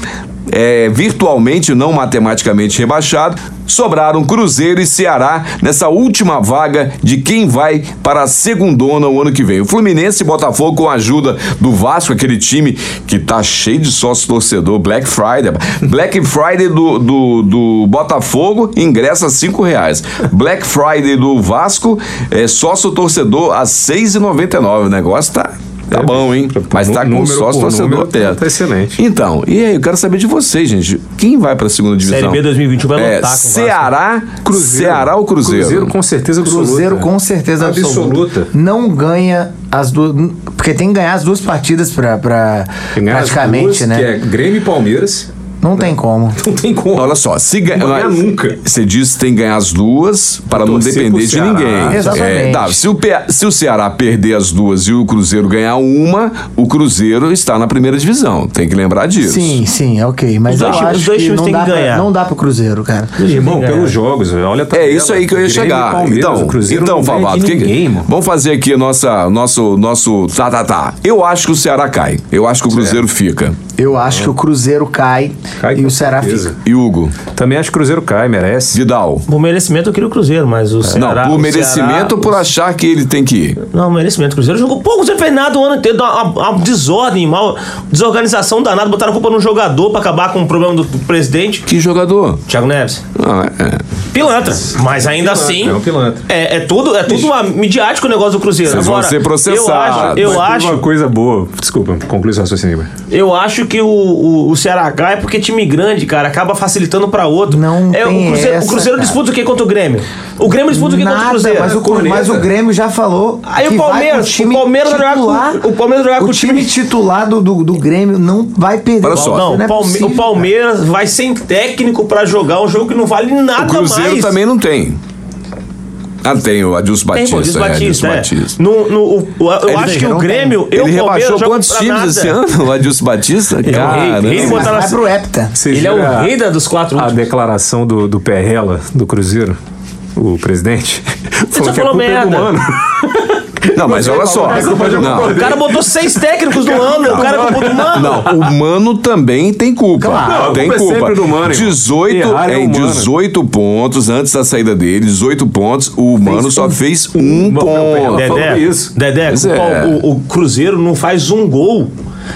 A: é, virtualmente, não matematicamente rebaixado, sobraram Cruzeiro e Ceará nessa última vaga de quem vai para a segundona o ano que vem. O Fluminense e Botafogo, com a ajuda do Vasco, aquele time que tá cheio de sócio torcedor, Black Friday. Black Friday do, do, do Botafogo, ingresso a cinco reais. Black Friday do Vasco, é sócio torcedor a R$ 6,99. O negócio tá...
E: É,
A: Tá bom, hein? Mas tá com
E: Número
A: sócio
E: por número,
A: torcedor perto.
E: tá excelente.
A: Então, e aí, eu quero saber de vocês, gente. Quem vai pra segunda divisão?
D: Série B 2021 vai
A: é,
D: lotar com o Vasco.
A: Ceará,
E: Cruzeiro.
A: Ceará ou Cruzeiro?
E: Cruzeiro com certeza absoluta.
C: Cruzeiro com certeza absoluta.
E: absoluta.
C: Não ganha as duas. Porque tem que ganhar as duas partidas pra, pra-
E: Tem que ganhar as
C: praticamente,
E: duas,
C: né?
E: Que é Grêmio e Palmeiras.
C: Não tem como.
E: Não tem como.
A: Olha só, se ganha,
E: Não ganha nunca.
A: Você diz que tem que ganhar as duas para não
E: Torcer
A: depender
E: pro
A: de
E: Ceará.
A: ninguém.
C: Exatamente.
A: É, tá, se, o, Pe- se o Ceará perder as duas e o Cruzeiro ganhar uma, o Cruzeiro está na primeira divisão. Tem que lembrar disso.
C: Sim, sim, ok. Mas
D: Os dois
C: eu
D: times-
C: acho
D: os dois
C: que
D: times
C: não
D: têm
C: dá,
D: que
C: pra,
D: ganhar.
C: não dá pro Cruzeiro, cara.
E: Irmão,
D: É.
E: pelos jogos, velho, olha a
A: É
E: tabela.
A: isso aí que eu ia
E: Grêmio,
A: chegar.
E: Palmeiras,
A: então,
E: o Cruzeiro
A: então
E: não ganha de
A: Vavado, que-
E: ninguém, mano.
A: vamos fazer aqui a nossa, nosso, nosso tá, tá, tá. Eu acho que o Ceará cai. Eu acho que o Cruzeiro fica.
C: Eu acho que o Cruzeiro cai.
E: Cai
C: e
E: com
C: o Ceará
E: certeza.
C: fica.
A: E Hugo,
E: Também acho que o Cruzeiro cai, merece.
A: Vidal.
D: Por merecimento eu queria o Cruzeiro, mas o
A: É. Não,
D: Ceará...
A: por
D: o
A: merecimento ou
D: Ceará-
A: por achar que ele tem que ir?
D: Não, merecimento. O Cruzeiro jogou pouco, o Cruzeiro fez nada o ano inteiro, deu uma, uma desordem, mal, desorganização danada, botaram a culpa no jogador pra acabar com o problema do, do presidente.
A: Que jogador?
D: Thiago Neves.
A: Não, é-
D: Pilantra. Mas ainda assim.
E: é um pilantra.
D: É, é tudo, é tudo uma, midiático o negócio do Cruzeiro.
A: Vocês vão
D: Agora,
A: ser processados.
D: Eu acho, eu
E: Mas teve
D: acho,
E: Uma coisa boa. Desculpa, conclui seu raciocínio.
D: eu acho que o, o, o Ceará cai porque time grande, cara, acaba facilitando pra outro.
C: Não
D: é,
C: tem
D: o Cruzeiro,
C: essa,
D: o Cruzeiro
C: cara.
D: disputa o que contra o Grêmio? O Grêmio disputa o que contra o
C: Nada,
D: Cruzeiro?
C: mas, o, Cru- mas o Grêmio já falou
D: Aí
C: que
D: o Palmeiras,
C: vai com o, time
D: o Palmeiras vai jogar com-
C: titular,
D: o Palmeiras vai jogar com
C: o
D: o
C: time
D: time-
C: titular do, do, do Grêmio não vai perder.
A: Olha só.
D: Não,
C: é
D: o, Palme-
C: possível,
D: o
C: cara.
D: Palmeiras vai sem técnico pra jogar um jogo que não vale nada
A: O Cruzeiro
D: mais.
A: também não tem. Ah, tem o Adilson
D: Tem,
A: Batista.
D: pô, diz
A: é, Adilson
D: Batista, é.
A: Batista.
D: No, no, o- o- eu
A: Ele
D: acho que
A: não
D: o
A: tem.
D: Grêmio. eu,
A: Ele
D: o Palmeiras,
A: rebaixou
D: jogam
A: quantos
D: pra
A: times
D: nada.
A: esse ano, o Adilson Batista? Cara,
D: rei, rei
C: Mas
D: botar na-
C: vai pro Hepta.
D: Ele é o rei da- dos quatro
E: A
A: Ah,
D: últimos.
E: declaração do, do Perrela, do Cruzeiro, o presidente.
D: só
E: falou que a
D: falou
E: culpa é do
D: merda.
E: humano.
A: Não, mas olha só.
D: O cara botou seis técnicos no ano. O cara botou. Mano,
A: Não, o Mano também tem culpa.
C: Claro.
E: Não, a
A: tem
E: culpa é
A: culpa.
E: sempre do Mano, irmão.
A: 18,
E: Errar é
A: em
E: o Mano.
A: 18 pontos, antes da saída dele, 18 pontos, o Mano só fez um
E: Não,
A: ponto.
E: não,
D: Dedé,
E: falou isso.
D: Dedé,
A: Pois
D: o, Pal-
A: é.
D: o- o Cruzeiro não faz um gol.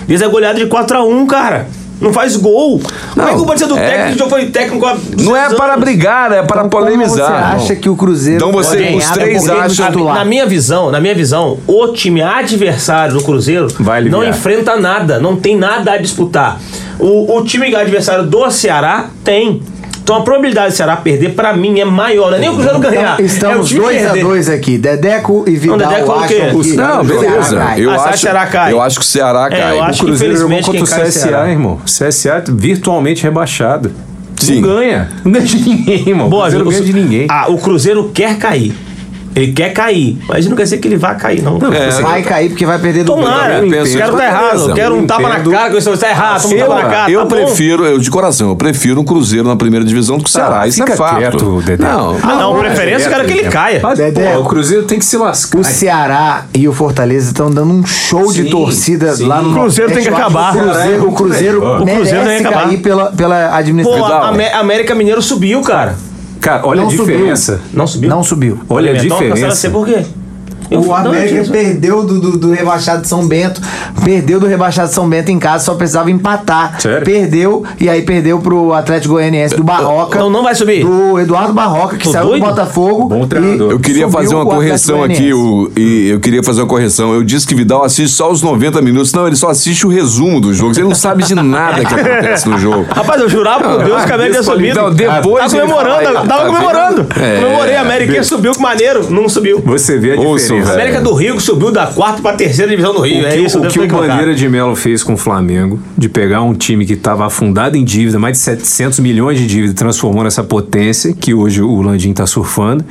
D: Eles é goleado de 4x1, cara. Não faz gol. Como é que
A: Não,
D: o Batista do
A: é.
D: técnico já foi técnico há
A: Não é
D: 200
A: para
D: anos?
A: brigar, é para polemizar.
C: Como você acha que o Cruzeiro
A: Então você-
C: pode
A: os
C: ganhar do
A: três
E: um
C: Grêmio
A: acham-
C: titular?
D: Na minha visão, na minha visão, o time adversário do Cruzeiro
E: Vai aliviar.
D: não enfrenta nada, não tem nada a disputar. O, o time adversário do Ceará tem. Então a probabilidade do Ceará perder, pra mim, é maior. Não é nem o
E: Então,
D: Cruzeiro ganhar. é o
C: Então, Estamos
D: time
C: 2 a
D: perder.
C: 2 aqui. Dedeco e Vidal
D: Dedeco é o quê?
C: acham que...
A: Não, beleza.
C: Caraca.
A: Eu
D: Ah, você acha
A: acho,
D: que o Ceará cai?
A: eu acho que o Ceará
D: É,
A: cai.
D: eu
E: O
D: acho que
E: Cruzeiro jogou
D: infelizmente
E: contra o
D: quem cai é o
E: CSA,
D: Ceará.
E: irmão. CSA virtualmente rebaixado.
A: Sim.
E: Não ganha. Não deixa de ninguém, irmão.
D: Boa,
E: o Cruzeiro
D: o-
E: não ganha de ninguém.
D: Ah, o Cruzeiro quer cair. Ele quer cair. Mas não quer dizer que ele vá cair, não.
E: É,
C: Vai cair porque vai perder do
D: Tomara.
A: Eu
D: Eu
A: penso é
D: quero
A: isso,
D: tá errado.
A: beleza.
D: Eu quero um
E: Eu
D: tapa na
E: entendo.
D: cara que você tá errado. Toma um
E: Eu-
D: tapa na cara.
A: eu
D: tá bom?
A: prefiro, eu de coração, eu prefiro um Cruzeiro na primeira divisão do que o Ceará. isso é
E: fica
A: fato.
E: quieto, Dedé.
A: Não,
D: Ah, não. preferência eu quero que
E: É.
D: ele caia.
E: Mas,
C: Dedé,
E: pô, o Cruzeiro tem que se lascar.
C: O Ceará e o Fortaleza estão dando um show de
E: Sim,
C: torcida
E: sim.
C: lá no
E: O
D: Cruzeiro
C: Nordeste.
D: tem que
C: Eu acho
D: acabar.
C: O Cruzeiro, o Cruzeiro
E: O
C: merece
D: Cruzeiro tem que acabar.
C: cair pela, pela
D: Pô,
C: administração.
D: a Amé- América Mineiro subiu, cara.
E: Cara, olha
C: Não
E: a
C: subiu.
E: diferença.
D: Não subiu?
C: Não subiu.
E: Olha a
D: Então,
E: diferença.
D: Não sei por quê. Eu-
C: O
D: não,
C: América
D: gente,
C: perdeu do, do, do rebaixado de São Bento, perdeu do rebaixado de São Bento em casa, só precisava empatar.
E: Sério?
C: Perdeu, e aí perdeu pro Atlético Goianiense do Barroca.
D: Então Não, não vai subir.
C: Do Eduardo Barroca, que
D: Tô
C: saiu
D: doido?
C: do Botafogo.
E: Bom treinador.
A: Eu queria
C: subiu
A: fazer uma
C: o Atlético
A: correção aqui,
C: Goianiense.
A: o, e eu queria fazer uma correção. Eu disse que Vidal assiste só os 90 minutos. Não, ele só assiste o resumo dos jogos. Ele não sabe de nada que acontece no jogo.
D: Rapaz, eu jurava
A: Ah,
D: por Deus que a América ia subir.
A: Então, depois
D: Tava
A: ele
D: comemorando,
A: fala,
D: tava
A: tá
D: comemorando.
A: vendo? É.
D: Comemorei a América que subiu, que maneiro. Não subiu.
E: Você vê a
A: Ouçam,
E: diferença.
A: velho.
D: América do Rio que subiu da quarta pra terceira divisão do Rio.
E: O
D: é
E: que,
D: isso,
E: o,
D: eu
E: que
D: devo
E: o
D: ter colocado.
E: Bandeira de Melo fez com o Flamengo, de pegar um time que estava afundado em dívida, mais de 700 milhões de dívida, transformando essa potência que hoje o Landim está surfando.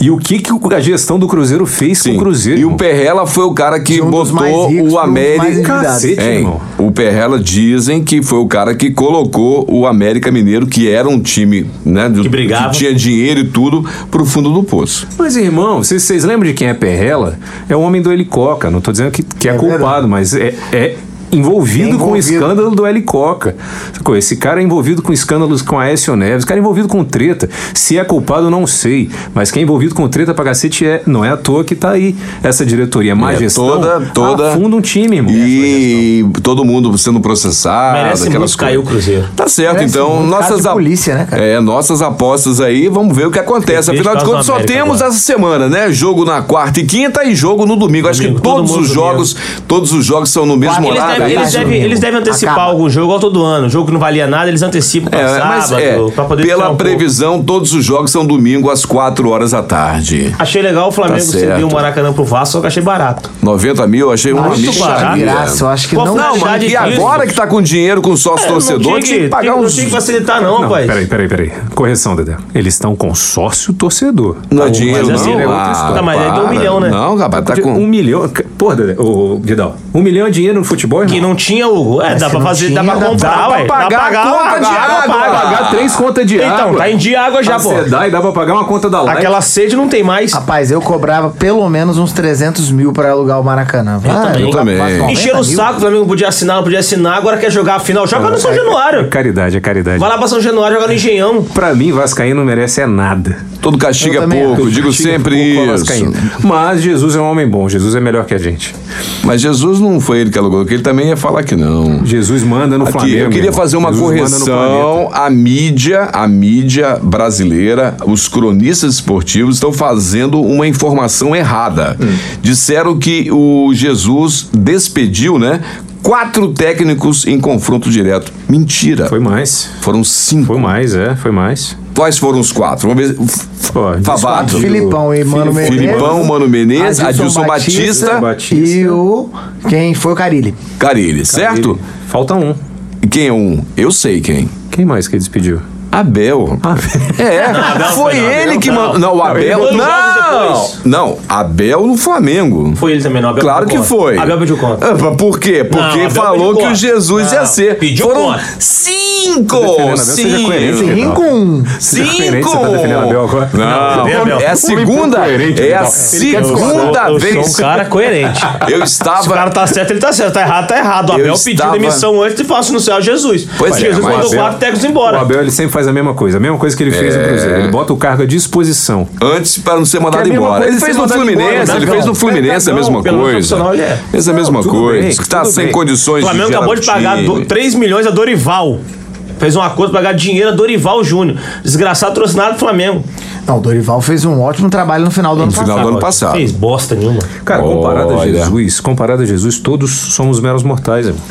E: E o que, que o- a gestão do Cruzeiro fez
A: Sim.
E: com o Cruzeiro?
A: E o
E: irmão?
A: Perrela foi o cara que
C: um dos mais
A: botou
C: ricos
A: o
C: pro mais
A: América.
C: endividado.
E: Cacete,
A: Hein?
E: irmão.
A: O Perrela dizem que foi o cara que colocou o América Mineiro, que era um time né, do- que,
D: brigava.
A: tinha dinheiro e tudo, pro fundo do poço.
E: Mas, irmão, vocês, vocês lembram de quem é Perrela? É o homem do Helicoca. Não tô dizendo que, que é,
C: É
E: culpado,
C: verdade.
E: mas é. é Envolvido,
C: É
E: com o
C: envolvido.
E: escândalo do Helicoca. Sacou? Esse cara é envolvido com escândalos com Aécio Neves, esse cara é envolvido com treta. Se é culpado, eu não sei. Mas quem é envolvido com treta pra cacete é. Não é à toa que tá aí. Essa diretoria má
A: É,
E: gestão
A: toda- toda-
E: afunda um time, irmão.
A: E todo mundo sendo processado.
D: Merece
A: aquelas
D: muito cair o
A: coisas.
D: Cruzeiro.
A: Tá certo,
C: Parece
A: então
C: um caso
A: nossas
C: de
A: a-
C: polícia, né, cara?
A: É, nossas apostas aí, vamos ver o que acontece.
D: Depende
A: Afinal de
D: do caso
A: contas, só
D: da América
A: temos
D: agora.
A: essa semana, né? Jogo na quarta e quinta e jogo no domingo. Acho que
D: Domingo, todo
A: todos
D: mundo
A: os
D: domingo.
A: jogos, todos os jogos são no mesmo
D: Eles
A: horário.
D: devem,
A: é
D: eles
A: isso?
D: devem- eles devem antecipar
C: Acaba.
D: algum jogo ao todo ano. Jogo que não valia nada, eles antecipam pra
A: É, mas
D: sábado,
A: é,
D: pra poder tirar
A: pela
D: um pouco.
A: previsão, todos os jogos são domingo às 4 horas da tarde.
D: Achei legal o Flamengo
A: Tá certo.
D: ceder o Maracanã pro Vasco, só que achei barato.
A: 90 mil, eu achei um
C: Acho
A: lixo.
D: Tá barato.
A: É.
C: Graça, eu acho que
D: Pô,
C: não.
D: não, mas-
A: E
D: é Isso. É,
A: agora que tá com dinheiro, com sócio torcedor,
D: não
A: tinha que pagar
D: não
A: uns.
D: tinha que
A: tá
D: facilitar, não,
E: Não,
D: rapaz.
E: peraí, peraí, peraí. Correção, Dedé. Eles estão com sócio torcedor. Tá
A: Não é dinheiro,
D: mas assim,
A: não. Ah,
D: né, outra história. Tá, mas aí deu um
A: para.
D: milhão, né?
A: Não, rapaz, tá
E: De-
A: com.
E: Um milhão. Porra, Dedé, ô, Vidal. Um milhão é dinheiro no futebol,
D: que não tinha, Hugo. É,
C: Mas
D: dá
C: se
D: pra
C: não
D: fazer, dá
C: tinha,
D: pra
C: dá-
D: comprar,
A: dá pra
D: ué.
A: pagar a conta
D: ué,
A: de
D: dá pra
A: água.
D: pagar.
E: Pagar três contas de água.
D: Então, tá em de água já, pô.
E: Sedai dá pra pagar uma conta da Light.
D: Aquela sede não tem mais.
C: Rapaz, eu cobrava pelo menos uns 300 mil pra alugar o Maracanã. Ah,
A: também.
C: alugar
A: Eu também.
C: 490
D: Encheram o
C: mil?
D: saco, o Flamengo podia assinar, não podia assinar, agora quer jogar a final. Joga no São Januário.
E: Caridade, é caridade.
D: Vai lá pra São Januário, joga no Engenhão.
E: Pra mim, Vascaíno não merece é nada.
A: Todo castigo
C: Eu
A: é
C: também
A: pouco,
C: acho.
A: digo
E: Chega
A: sempre
E: pouco ao
A: isso.
E: Vascaíno. Mas Jesus é um homem bom, Jesus é melhor que a gente.
A: Mas Jesus não foi ele que alugou, que ele também ia falar que não.
E: Jesus manda no
A: Aqui,
E: Flamengo.
A: eu queria
E: irmão.
A: fazer uma
E: Jesus manda no planeta.
A: correção. A mídia, a mídia brasileira, os cronistas esportivos estão fazendo uma informação errada. Disseram que o Jesus despediu, né? Quatro técnicos em confronto direto. Mentira.
E: Foi mais.
A: Foram cinco.
E: Foi mais, é, foi mais.
A: Quais foram os quatro? Vamos ver. F-
E: Ó,
A: Favato.
E: desconfio.
C: Filipão e Mano Menezes.
A: Filipão, Mano Menezes,
C: Adilson
A: Adilson Batista,
E: Batista.
C: E o. Quem foi o Carilli?
A: Carilli, certo?
E: Ele- Falta um.
A: E Quem é um? Eu sei quem.
E: Quem mais que ele despediu? Ah,
A: Abel. É, foi
D: não,
A: ele
D: Abel
A: que
D: não.
A: mandou. Não, o
D: ele
A: Abel.
D: mandou jogos
A: Não!
D: depois.
A: Não, Abel no Flamengo.
D: Foi ele também, não. Abel
A: Claro
D: pediu
A: que
D: conta.
A: foi.
D: Abel pediu conta.
A: Ah, mas Por quê?
D: Não,
A: Porque
D: Abel
A: falou
D: pediu
A: que o
D: conta.
A: Jesus ia
D: Não,
A: ser.
D: pediu
A: Foram
D: conta.
A: cinco!
E: Você tá defendendo Abel, seja coerente,
A: Cinco!
E: Vidal.
C: 5-1.
E: diferente,
A: Cinco!
E: você tá defendendo Abel agora.
A: Não,
D: Não, tá Abel.
A: é a segunda.
E: coerente,
A: É a
E: Vidal.
D: Eu sou-
A: segunda
D: Eu sou um
A: vez.
D: cara coerente.
A: Eu
D: Se o cara
A: estava.
D: tá certo, ele tá certo. Tá errado, tá errado. O
A: Eu
D: Abel
A: estava-
D: pediu demissão antes e faço no céu Jesus.
A: Pois é,
D: Jesus
A: mas
D: mandou
A: Abel-
D: quatro técnicos
E: O
D: embora.
E: Abel ele sempre faz a mesma coisa, a mesma coisa que ele fez no Cruzeiro. Ele bota o cargo à disposição.
A: Antes para não ser
E: Que
A: mandado
E: é a mesma
A: embora.
E: coisa
A: Ele
E: de
A: fez
E: ser
A: no
E: mandado
A: Fluminense,
E: embora,
A: ele
E: Dragão.
A: fez no Fluminense a
D: Dragão,
A: mesma
D: pelo menos
A: coisa.
D: profissional ele é.
A: Fez a
E: Não,
A: mesma
E: tudo
A: coisa.
E: bem,
A: que está
E: tudo
A: sem
E: bem.
D: O
A: condições
D: Flamengo
A: de gerar
D: acabou de
A: um
D: pagar
A: time.
D: do- 3 milhões a Dorival. Fez um acordo pra pagar dinheiro a Dorival Júnior. Desgraçado, patrocinado do Flamengo. Ah,
C: Não, o Dorival fez um ótimo trabalho no final do ano
A: No final
C: passado.
A: do ano passado.
D: Fez bosta nenhuma.
E: Cara, comparado a
A: Olha.
E: Jesus, comparado a Jesus, todos somos meros mortais, irmão.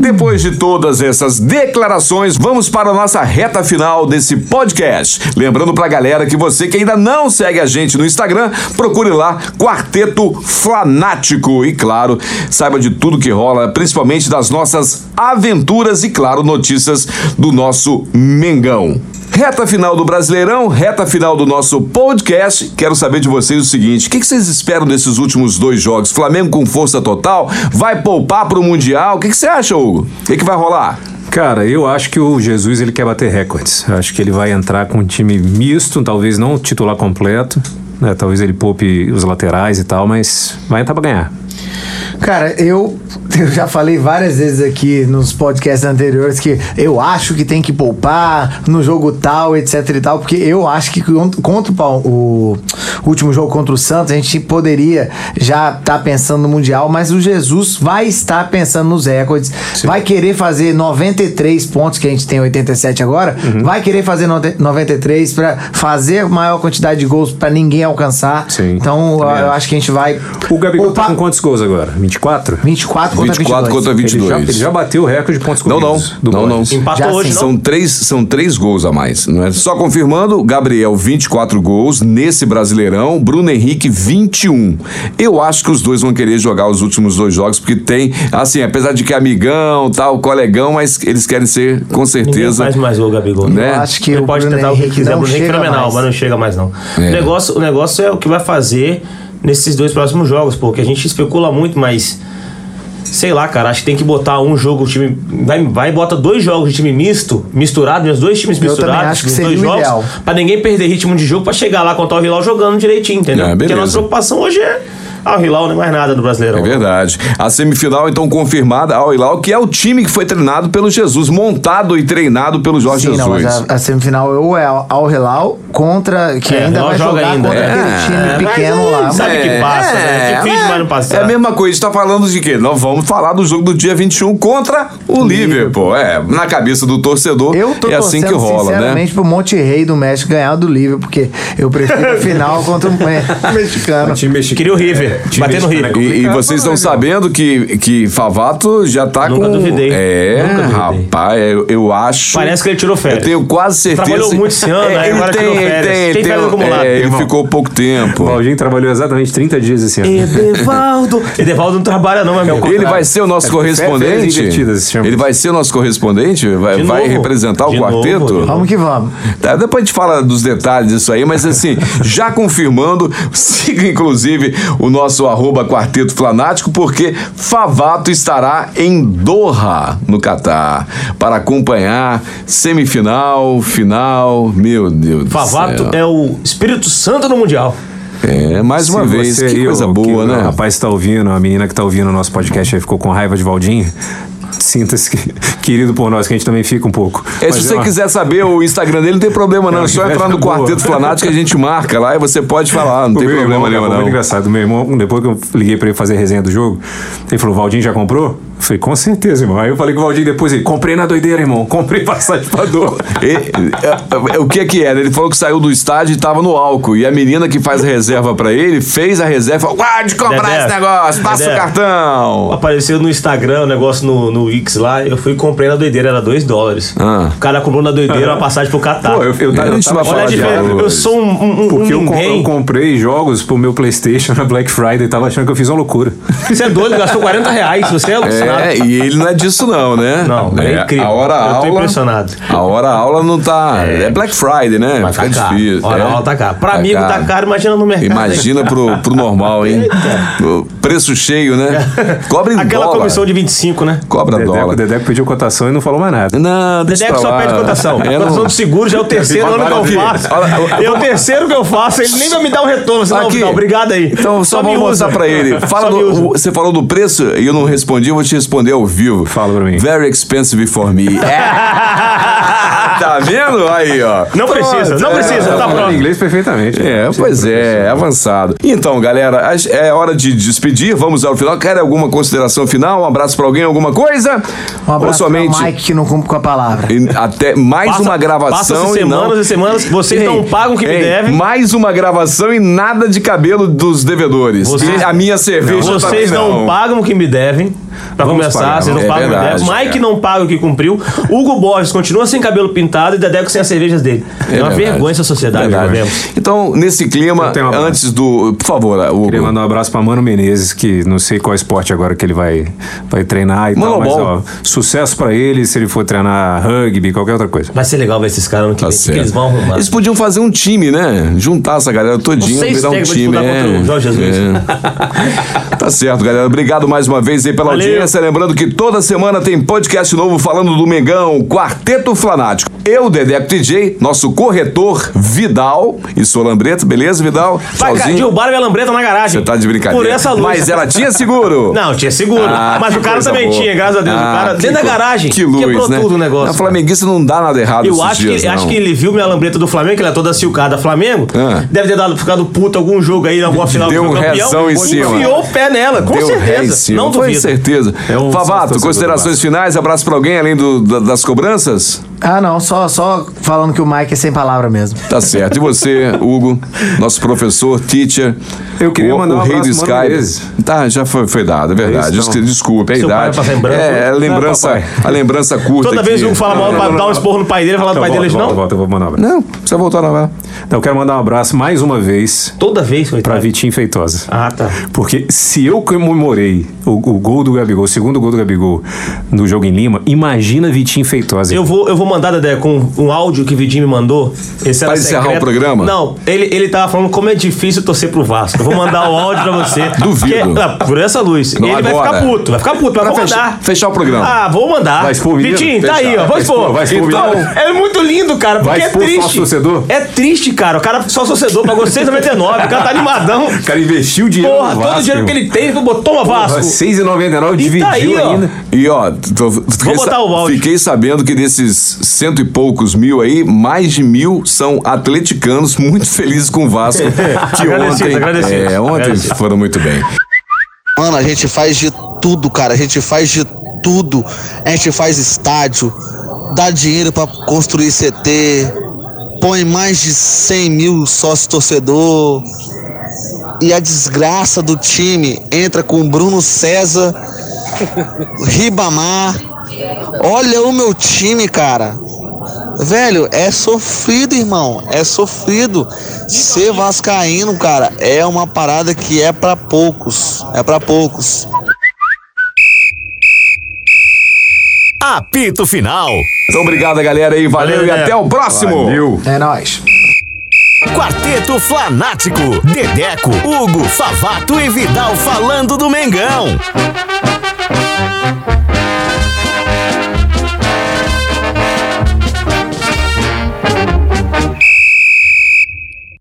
A: Depois de todas essas declarações, vamos para a nossa reta final desse podcast. Lembrando pra galera que você que ainda não segue a gente no Instagram, procure lá Quarteto Flanático. E claro, saiba de tudo que rola, principalmente das nossas aventuras e, claro, notícias do nosso Mengão. Reta final do Brasileirão, reta final do nosso podcast. Quero saber de vocês o seguinte: o que que vocês esperam desses últimos dois jogos? Flamengo com força total? Vai poupar pro Mundial? O que que você acha, Hugo? O que que vai rolar?
E: Cara, eu acho que o Jesus ele quer bater recordes. Eu Acho que ele vai entrar com um time misto, talvez não titular completo. Né? Talvez ele poupe os laterais e tal, mas vai entrar pra ganhar.
C: Cara, eu, eu já falei várias vezes aqui nos podcasts anteriores que eu acho que tem que poupar no jogo tal, etc e tal, porque eu acho que con- contra o, Pal- o último jogo contra o Santos, a gente poderia já estar pensando no Mundial, mas o Jesus vai estar pensando nos recordes, vai querer fazer 93 pontos, que a gente tem 87 agora,
E: Uhum.
C: vai querer fazer no- 93 pra fazer maior quantidade de gols pra ninguém alcançar.
E: Sim.
C: Então, eu,
E: Também
C: eu
E: acho.
C: acho que a gente vai.
E: O Gabigol tá
C: poupar-
E: com quantos gols agora? 24?
C: 24 contra
A: 24
C: 22.
A: contra
E: Ele, já,
A: 22.
E: ele já bateu o recorde de pontos
A: Não, não.
E: corridos do
A: Não, não.
E: Borges.
D: Empatou
C: Já
D: hoje,
C: sim.
D: não.
A: São três, são três gols a mais, não é? Só confirmando, Gabriel, 24 gols nesse Brasileirão, Bruno Henrique, 21. Eu acho que os dois vão querer jogar os últimos dois jogos, porque tem, assim, apesar de que é amigão, tal, colegão, mas eles querem ser, com
D: Ninguém
A: certeza.
D: faz mais gol, Gabigol.
A: Né?
C: Eu acho que
D: Ele
C: o
D: pode
C: Bruno
D: tentar o que
C: Henrique
D: quiser, o
C: não
D: Bruno Henrique é
C: chega
D: fenomenal,
C: mais.
D: mas não chega mais, não.
A: É.
D: O, negócio, o negócio é o que vai fazer nesses dois próximos jogos, porque a gente especula muito, mas. Sei lá, cara, acho que tem que botar um jogo, o time. Vai, vai e bota dois jogos de time misto, misturado, né, os dois times
C: também
D: misturados,
C: acho que
D: os
C: seria
D: dois
C: o
D: jogos,
C: ideal.
D: pra ninguém perder ritmo de jogo pra chegar lá contra o Hilal jogando direitinho, entendeu?
A: É,
D: Porque a
A: beleza.
D: nossa preocupação hoje é. Ah, o Hilal não é mais nada do Brasileirão.
A: É verdade. A semifinal, então, confirmada ao Hilal, que é o time que foi treinado pelo Jesus, montado e treinado pelo Jorge
C: Sim,
A: Jesus.
C: não, mas a, a semifinal ou é Al Hilal contra que
D: É,
C: ainda
D: Al
C: vai
D: joga
C: jogar
D: ainda.
C: contra
D: É,
C: aquele time
A: mas
C: pequeno
A: aí,
C: lá.
D: sabe
C: mas-
D: que passa, né? É difícil,
A: é,
D: mas não passa.
A: É a mesma coisa, a gente tá falando de quê? Nós vamos falar do jogo do dia 21 contra o Liverpool. É, na cabeça do torcedor,
C: Eu tô
A: é assim que
C: torcendo,
A: rola, né?
C: sinceramente pro Monte Rei do México ganhar do Livre, porque eu prefiro a final contra o me- mexicano.
E: Time mexicano.
D: Queria o River,
E: time
D: bater no
A: tá
E: mexicano é
D: River.
E: complicado,
A: E, e vocês estão
E: mas, irmão,
A: sabendo que, que Favato já tá
D: né, Nunca
A: com.
D: duvidei.
A: É,
D: Nunca duvidei.
A: rapaz, eu, eu acho.
D: Parece que ele tirou
A: Eu
D: férias.
A: tenho quase certeza. É,
D: Trabalhou muito esse ano, aí
A: ele
D: agora
A: tem,
D: tirou
A: ele
D: férias.
A: tem, ele
D: Tem
A: tem,
D: férias acumuladas,
A: é, Ele
D: irmão.
A: ficou pouco
E: O
A: tempo.
E: Baldinho trabalhou exatamente 30 dias esse ano.
D: Edevaldo. Edevaldo não trabalha, não, meu amigo.
A: Ele vai ser o nosso
E: É, férias
A: correspondente?
E: invertidas, se chama
A: Ele vai ser o nosso correspondente? Vai,
D: De
A: vai
D: novo.
A: representar o
D: De novo,
A: quarteto?
D: de novo.
C: Vamos que vamos.
A: Tá, depois a gente fala dos detalhes disso aí, mas assim, já confirmando, siga inclusive o nosso arroba Quarteto Flanático, porque Favato estará em Doha, no Catar, para acompanhar semifinal, final. Meu Deus do
D: Favato
A: céu.
D: é o Espírito Santo do Mundial.
A: É, mais uma
E: Se
A: vez,
E: você
A: que
E: aí,
A: coisa
E: ô,
A: boa,
E: que
A: né?
E: O rapaz tá ouvindo, a menina que tá ouvindo o nosso podcast aí ficou com raiva de Valdinho. Sinta-se que- querido por nós, que a gente também fica um pouco.
A: É,
E: Mas
A: se
E: é
A: você
E: uma-
A: quiser saber o Instagram dele, não tem problema não. É
E: Não,
A: só
E: que
A: entrar no
E: boa.
A: Quarteto Flanático que a gente marca lá e você pode falar, não
E: O
A: tem
E: meu
A: problema nenhum
E: irmão, né? cara, foi muito
A: não.
E: engraçado. Meu irmão, depois que eu liguei pra ele fazer a resenha do jogo, ele falou: Valdinho já comprou? Eu falei, com certeza, irmão. Aí eu falei com o Valdinho depois, ele, comprei na doideira, irmão. Comprei passagem pra dor.
A: E- é, é, o que é que era? Ele falou que saiu do estádio e tava no álcool. E a menina que faz a reserva pra ele fez a reserva e falou: "Ah, de comprar
D: Dedé,
A: esse negócio, passa
D: Dedé.
A: o cartão.
D: Apareceu no Instagram, o negócio no, no Wix lá, eu fui e comprei na doideira, era 2 dólares.
A: Ah.
D: O cara comprou na doideira uma passagem pro
A: Tá.
D: Catar.
E: Pô, eu, eu,
A: A
E: eu,
A: gente vai
E: tava-
A: falar
D: Olha a
A: de
D: diferença,
A: valores.
D: eu sou um, um, um
E: Porque eu, com-
D: ninguém.
E: eu comprei jogos pro meu PlayStation na Black Friday e tava achando que eu fiz uma loucura.
D: Você é doido, gastou 40 reais, você é alucinado.
A: É, e ele não é disso não, né?
D: Não, é, incrível.
A: A hora
D: eu tô
A: aula,
D: impressionado.
A: a hora aula não tá, é, Black Friday, né?
D: Mas tá caro. Hora
A: é.
D: aula tá caro. Pra amigo tá caro, imagina no mercado.
A: Imagina pro, pro normal, hein? O preço cheio, né? Cobra em
D: Aquela
A: dólar.
D: comissão de 25, né?
A: Cobra
E: Dedeco,
A: dólar.
E: Dedeco pediu cotação e não falou mais nada.
A: Não, deixa
D: Dedeco
A: pra
D: só
A: lá.
D: pede cotação. A
A: É, não-
D: cotação do seguro já é o terceiro ano que eu
A: Aqui.
D: faço.
A: Olha,
D: É o terceiro que eu faço, ele nem vai me dar um retorno. Você não,
A: Aqui.
D: não, obrigado aí.
A: Então só,
D: me
A: vou
D: usa.
A: mostrar pra ele. Fala
D: Só me usa.
A: do, o- você falou do preço e eu não respondi, eu vou te responder ao vivo.
E: Fala pra mim.
A: Very expensive for me. É. tá vendo? Aí, ó.
D: Não
A: Pronto,
D: precisa, não
A: é.
D: precisa, tá
E: Falando
D: pronto.
E: inglês perfeitamente.
A: É, pois é, avançado. Então, galera, as- é hora de despedir. Vamos ao final. Quer alguma consideração final? Um abraço pra alguém, alguma coisa?
C: Um abraço
A: Ou somente
C: pra Mike que não cumpre com a palavra.
A: e até mais
D: Passa-
A: uma gravação
D: Passa
A: e não-
D: semanas e semanas, vocês
A: Ei,
D: não pagam o que me
A: ei,
D: devem.
A: Mais uma gravação e nada de cabelo dos devedores.
D: Vocês-
A: E a minha cerveja também
D: Vocês não pagam o que me devem. Pra
E: Vamos
D: começar,
E: pagar,
D: vocês não
A: é
D: pagam o que me
A: verdade,
D: devem. Mike
A: cara.
D: não paga o que cumpriu. Hugo Borges continua sem cabelo pintado e Dedeco sem as cervejas dele. É, uma
A: verdade.
D: vergonha essa sociedade,
A: É Verdade.
D: meu
A: Então, nesse clima,
E: Eu tenho uma barra.
A: antes do. Por favor, Hugo.
E: Queria mandar um abraço pra Mano Menezes, que não sei qual esporte agora que ele vai, vai treinar e
A: Mano
E: tal, mas
A: bom.
E: ó, sucesso pra ele se ele for treinar rugby, qualquer outra coisa.
D: Vai ser legal ver esses caras no que
A: Tá
D: vem. O que que
A: certo.
D: eles vão arrumar?
A: Eles podiam fazer um time, né? Juntar essa galera todinha,
D: Vocês
A: virar um
D: pegam de
A: time.
D: disputar
A: é.
D: contra o Jorge Jesus.
A: É. tá certo, galera. Obrigado mais uma vez aí pela
D: Valeu.
A: audiência. Lembrando que toda semana tem podcast novo falando do Mengão, Quarteto Flanático. Eu, Dedeco TJ, nosso corretor Vidal e Solambreto, beleza, Vidal?
D: Vai, cara,
A: Tchauzinho.
D: derrubaram minha lambreta na garagem.
A: Você tá de brincadeira.
D: Por essa luz.
A: Mas ela tinha seguro.
D: Não, tinha seguro.
A: Ah,
D: mas
A: que
D: o cara
A: coisa
D: também
A: boa.
D: tinha, graças a Deus.
A: Ah,
D: o cara
A: que
D: dentro da
A: co-
D: garagem.
A: Que luz,
D: quebrou
A: né?
D: tudo o negócio.
A: Na Flamenguista não dá nada errado
D: Eu
A: esses
D: acho,
A: dias,
D: que,
A: não.
D: acho que ele viu minha lambreta do Flamengo, que ela é toda silcada Flamengo.
A: Ah.
D: Deve ter dado, ficado puto algum jogo aí, alguma final
A: Deu
D: que foi
A: um
D: campeão,
A: rezão em cima.
D: Enfiou o pé nela, com
A: Deu um ré em
D: certeza.
A: cima,
D: Não
A: foi
D: duvido.
A: certeza.
E: É um
A: Favato,
E: sócio-torcedor do
A: considerações
E: Vasco.
A: finais, abraço pra alguém além do- da- das cobranças?
C: Ah, não, só, só falando que o Mike é sem palavra mesmo.
A: Tá certo. E você, Hugo, nosso professor, teacher,
E: Eu queria
A: o,
E: mandar
A: o
E: um
A: rei do
E: abraço pro Mano
A: Skype.
E: Menezes.
A: Tá, já foi, foi dado, é verdade.
E: isso,
A: Des-
E: não.
A: Desculpa, é a
D: então. Seu pai
A: idade.
D: passa em branco?
A: é, a lembrança,
E: papai.
A: a lembrança curta.
D: Toda vez
A: que...
D: o Hugo fala mal pra dar um esporro no pai dele,
A: Tá
D: falar do pai
E: Então, volta,
D: dele,
E: volta,
D: não.
E: volta, eu vou mandar um abraço.
A: Não, precisa voltar na vara.
E: Então, eu quero mandar um abraço mais uma vez
D: Toda vez,
E: pra
D: coitado.
E: Vitinho Feitosa.
D: Ah, tá.
E: Porque se eu comemorei o, o gol do Gabigol, o segundo gol do Gabigol no jogo em Lima, imagina Vitinho Feitosa.
D: Eu vou, eu vou mandar, Dedé, com um áudio que o Vidinho me mandou. Esse era
A: Pra encerrar
D: secreto.
A: o programa?
D: Não, ele, ele tava falando como é difícil torcer pro Vasco. Eu vou mandar o áudio pra você.
A: Duvido.
D: Que é- ah, por essa luz.
A: Não,
D: ele vai
A: agora.
D: ficar puto, vai ficar puto, mas
A: Pra
D: vou
A: fechar-
D: mandar.
A: fechar o programa.
D: Ah, vou mandar.
E: Vai expor o menino?
D: Vitinho, tá
E: Fechar.
D: aí, ó. Vou
E: Vai
D: expor.
E: expor, vai expor o
D: então,
E: menino?
D: é muito lindo, cara, porque
E: Vai
D: é
E: expor o
D: triste.
E: sócio-torcedor?
D: É triste, cara. O cara só torcedor pagou 6,99. O cara tá animadão.
E: O cara investiu dinheiro
D: Porra,
E: no
D: todo o
E: Vasco.
D: dinheiro que ele tem, botou uma Vasco.
E: Porra, 6,99 dividiu
D: aí, ó.
E: ainda.
A: E ó, tô- fiquei,
D: botar o áudio.
A: fiquei sabendo que desses cento e poucos mil aí, mais de mil são atleticanos muito felizes com o Vasco. que
D: Agradecidos,
A: ontem,
D: agradecidos.
A: É, ontem
D: Agradecidos.
A: foram muito bem.
F: Mano, a gente faz de tudo, cara. A gente faz de tudo. A gente faz estádio, dá dinheiro pra construir CT, põe mais de 100 mil sócios torcedor. E a desgraça do time entra com Bruno César, Ribamar. Olha o meu time, cara. Velho, é sofrido, irmão. É sofrido. Ser vascaíno, cara, é uma parada que é pra poucos. É pra poucos.
B: Apito final.
A: Então, obrigado, galera, aí. Valeu,
D: Valeu,
A: e
D: galera.
A: até o próximo.
E: Valeu.
C: É nóis.
B: Quarteto Flanático, Dedeco, Hugo, Favato e Vidal falando do Mengão.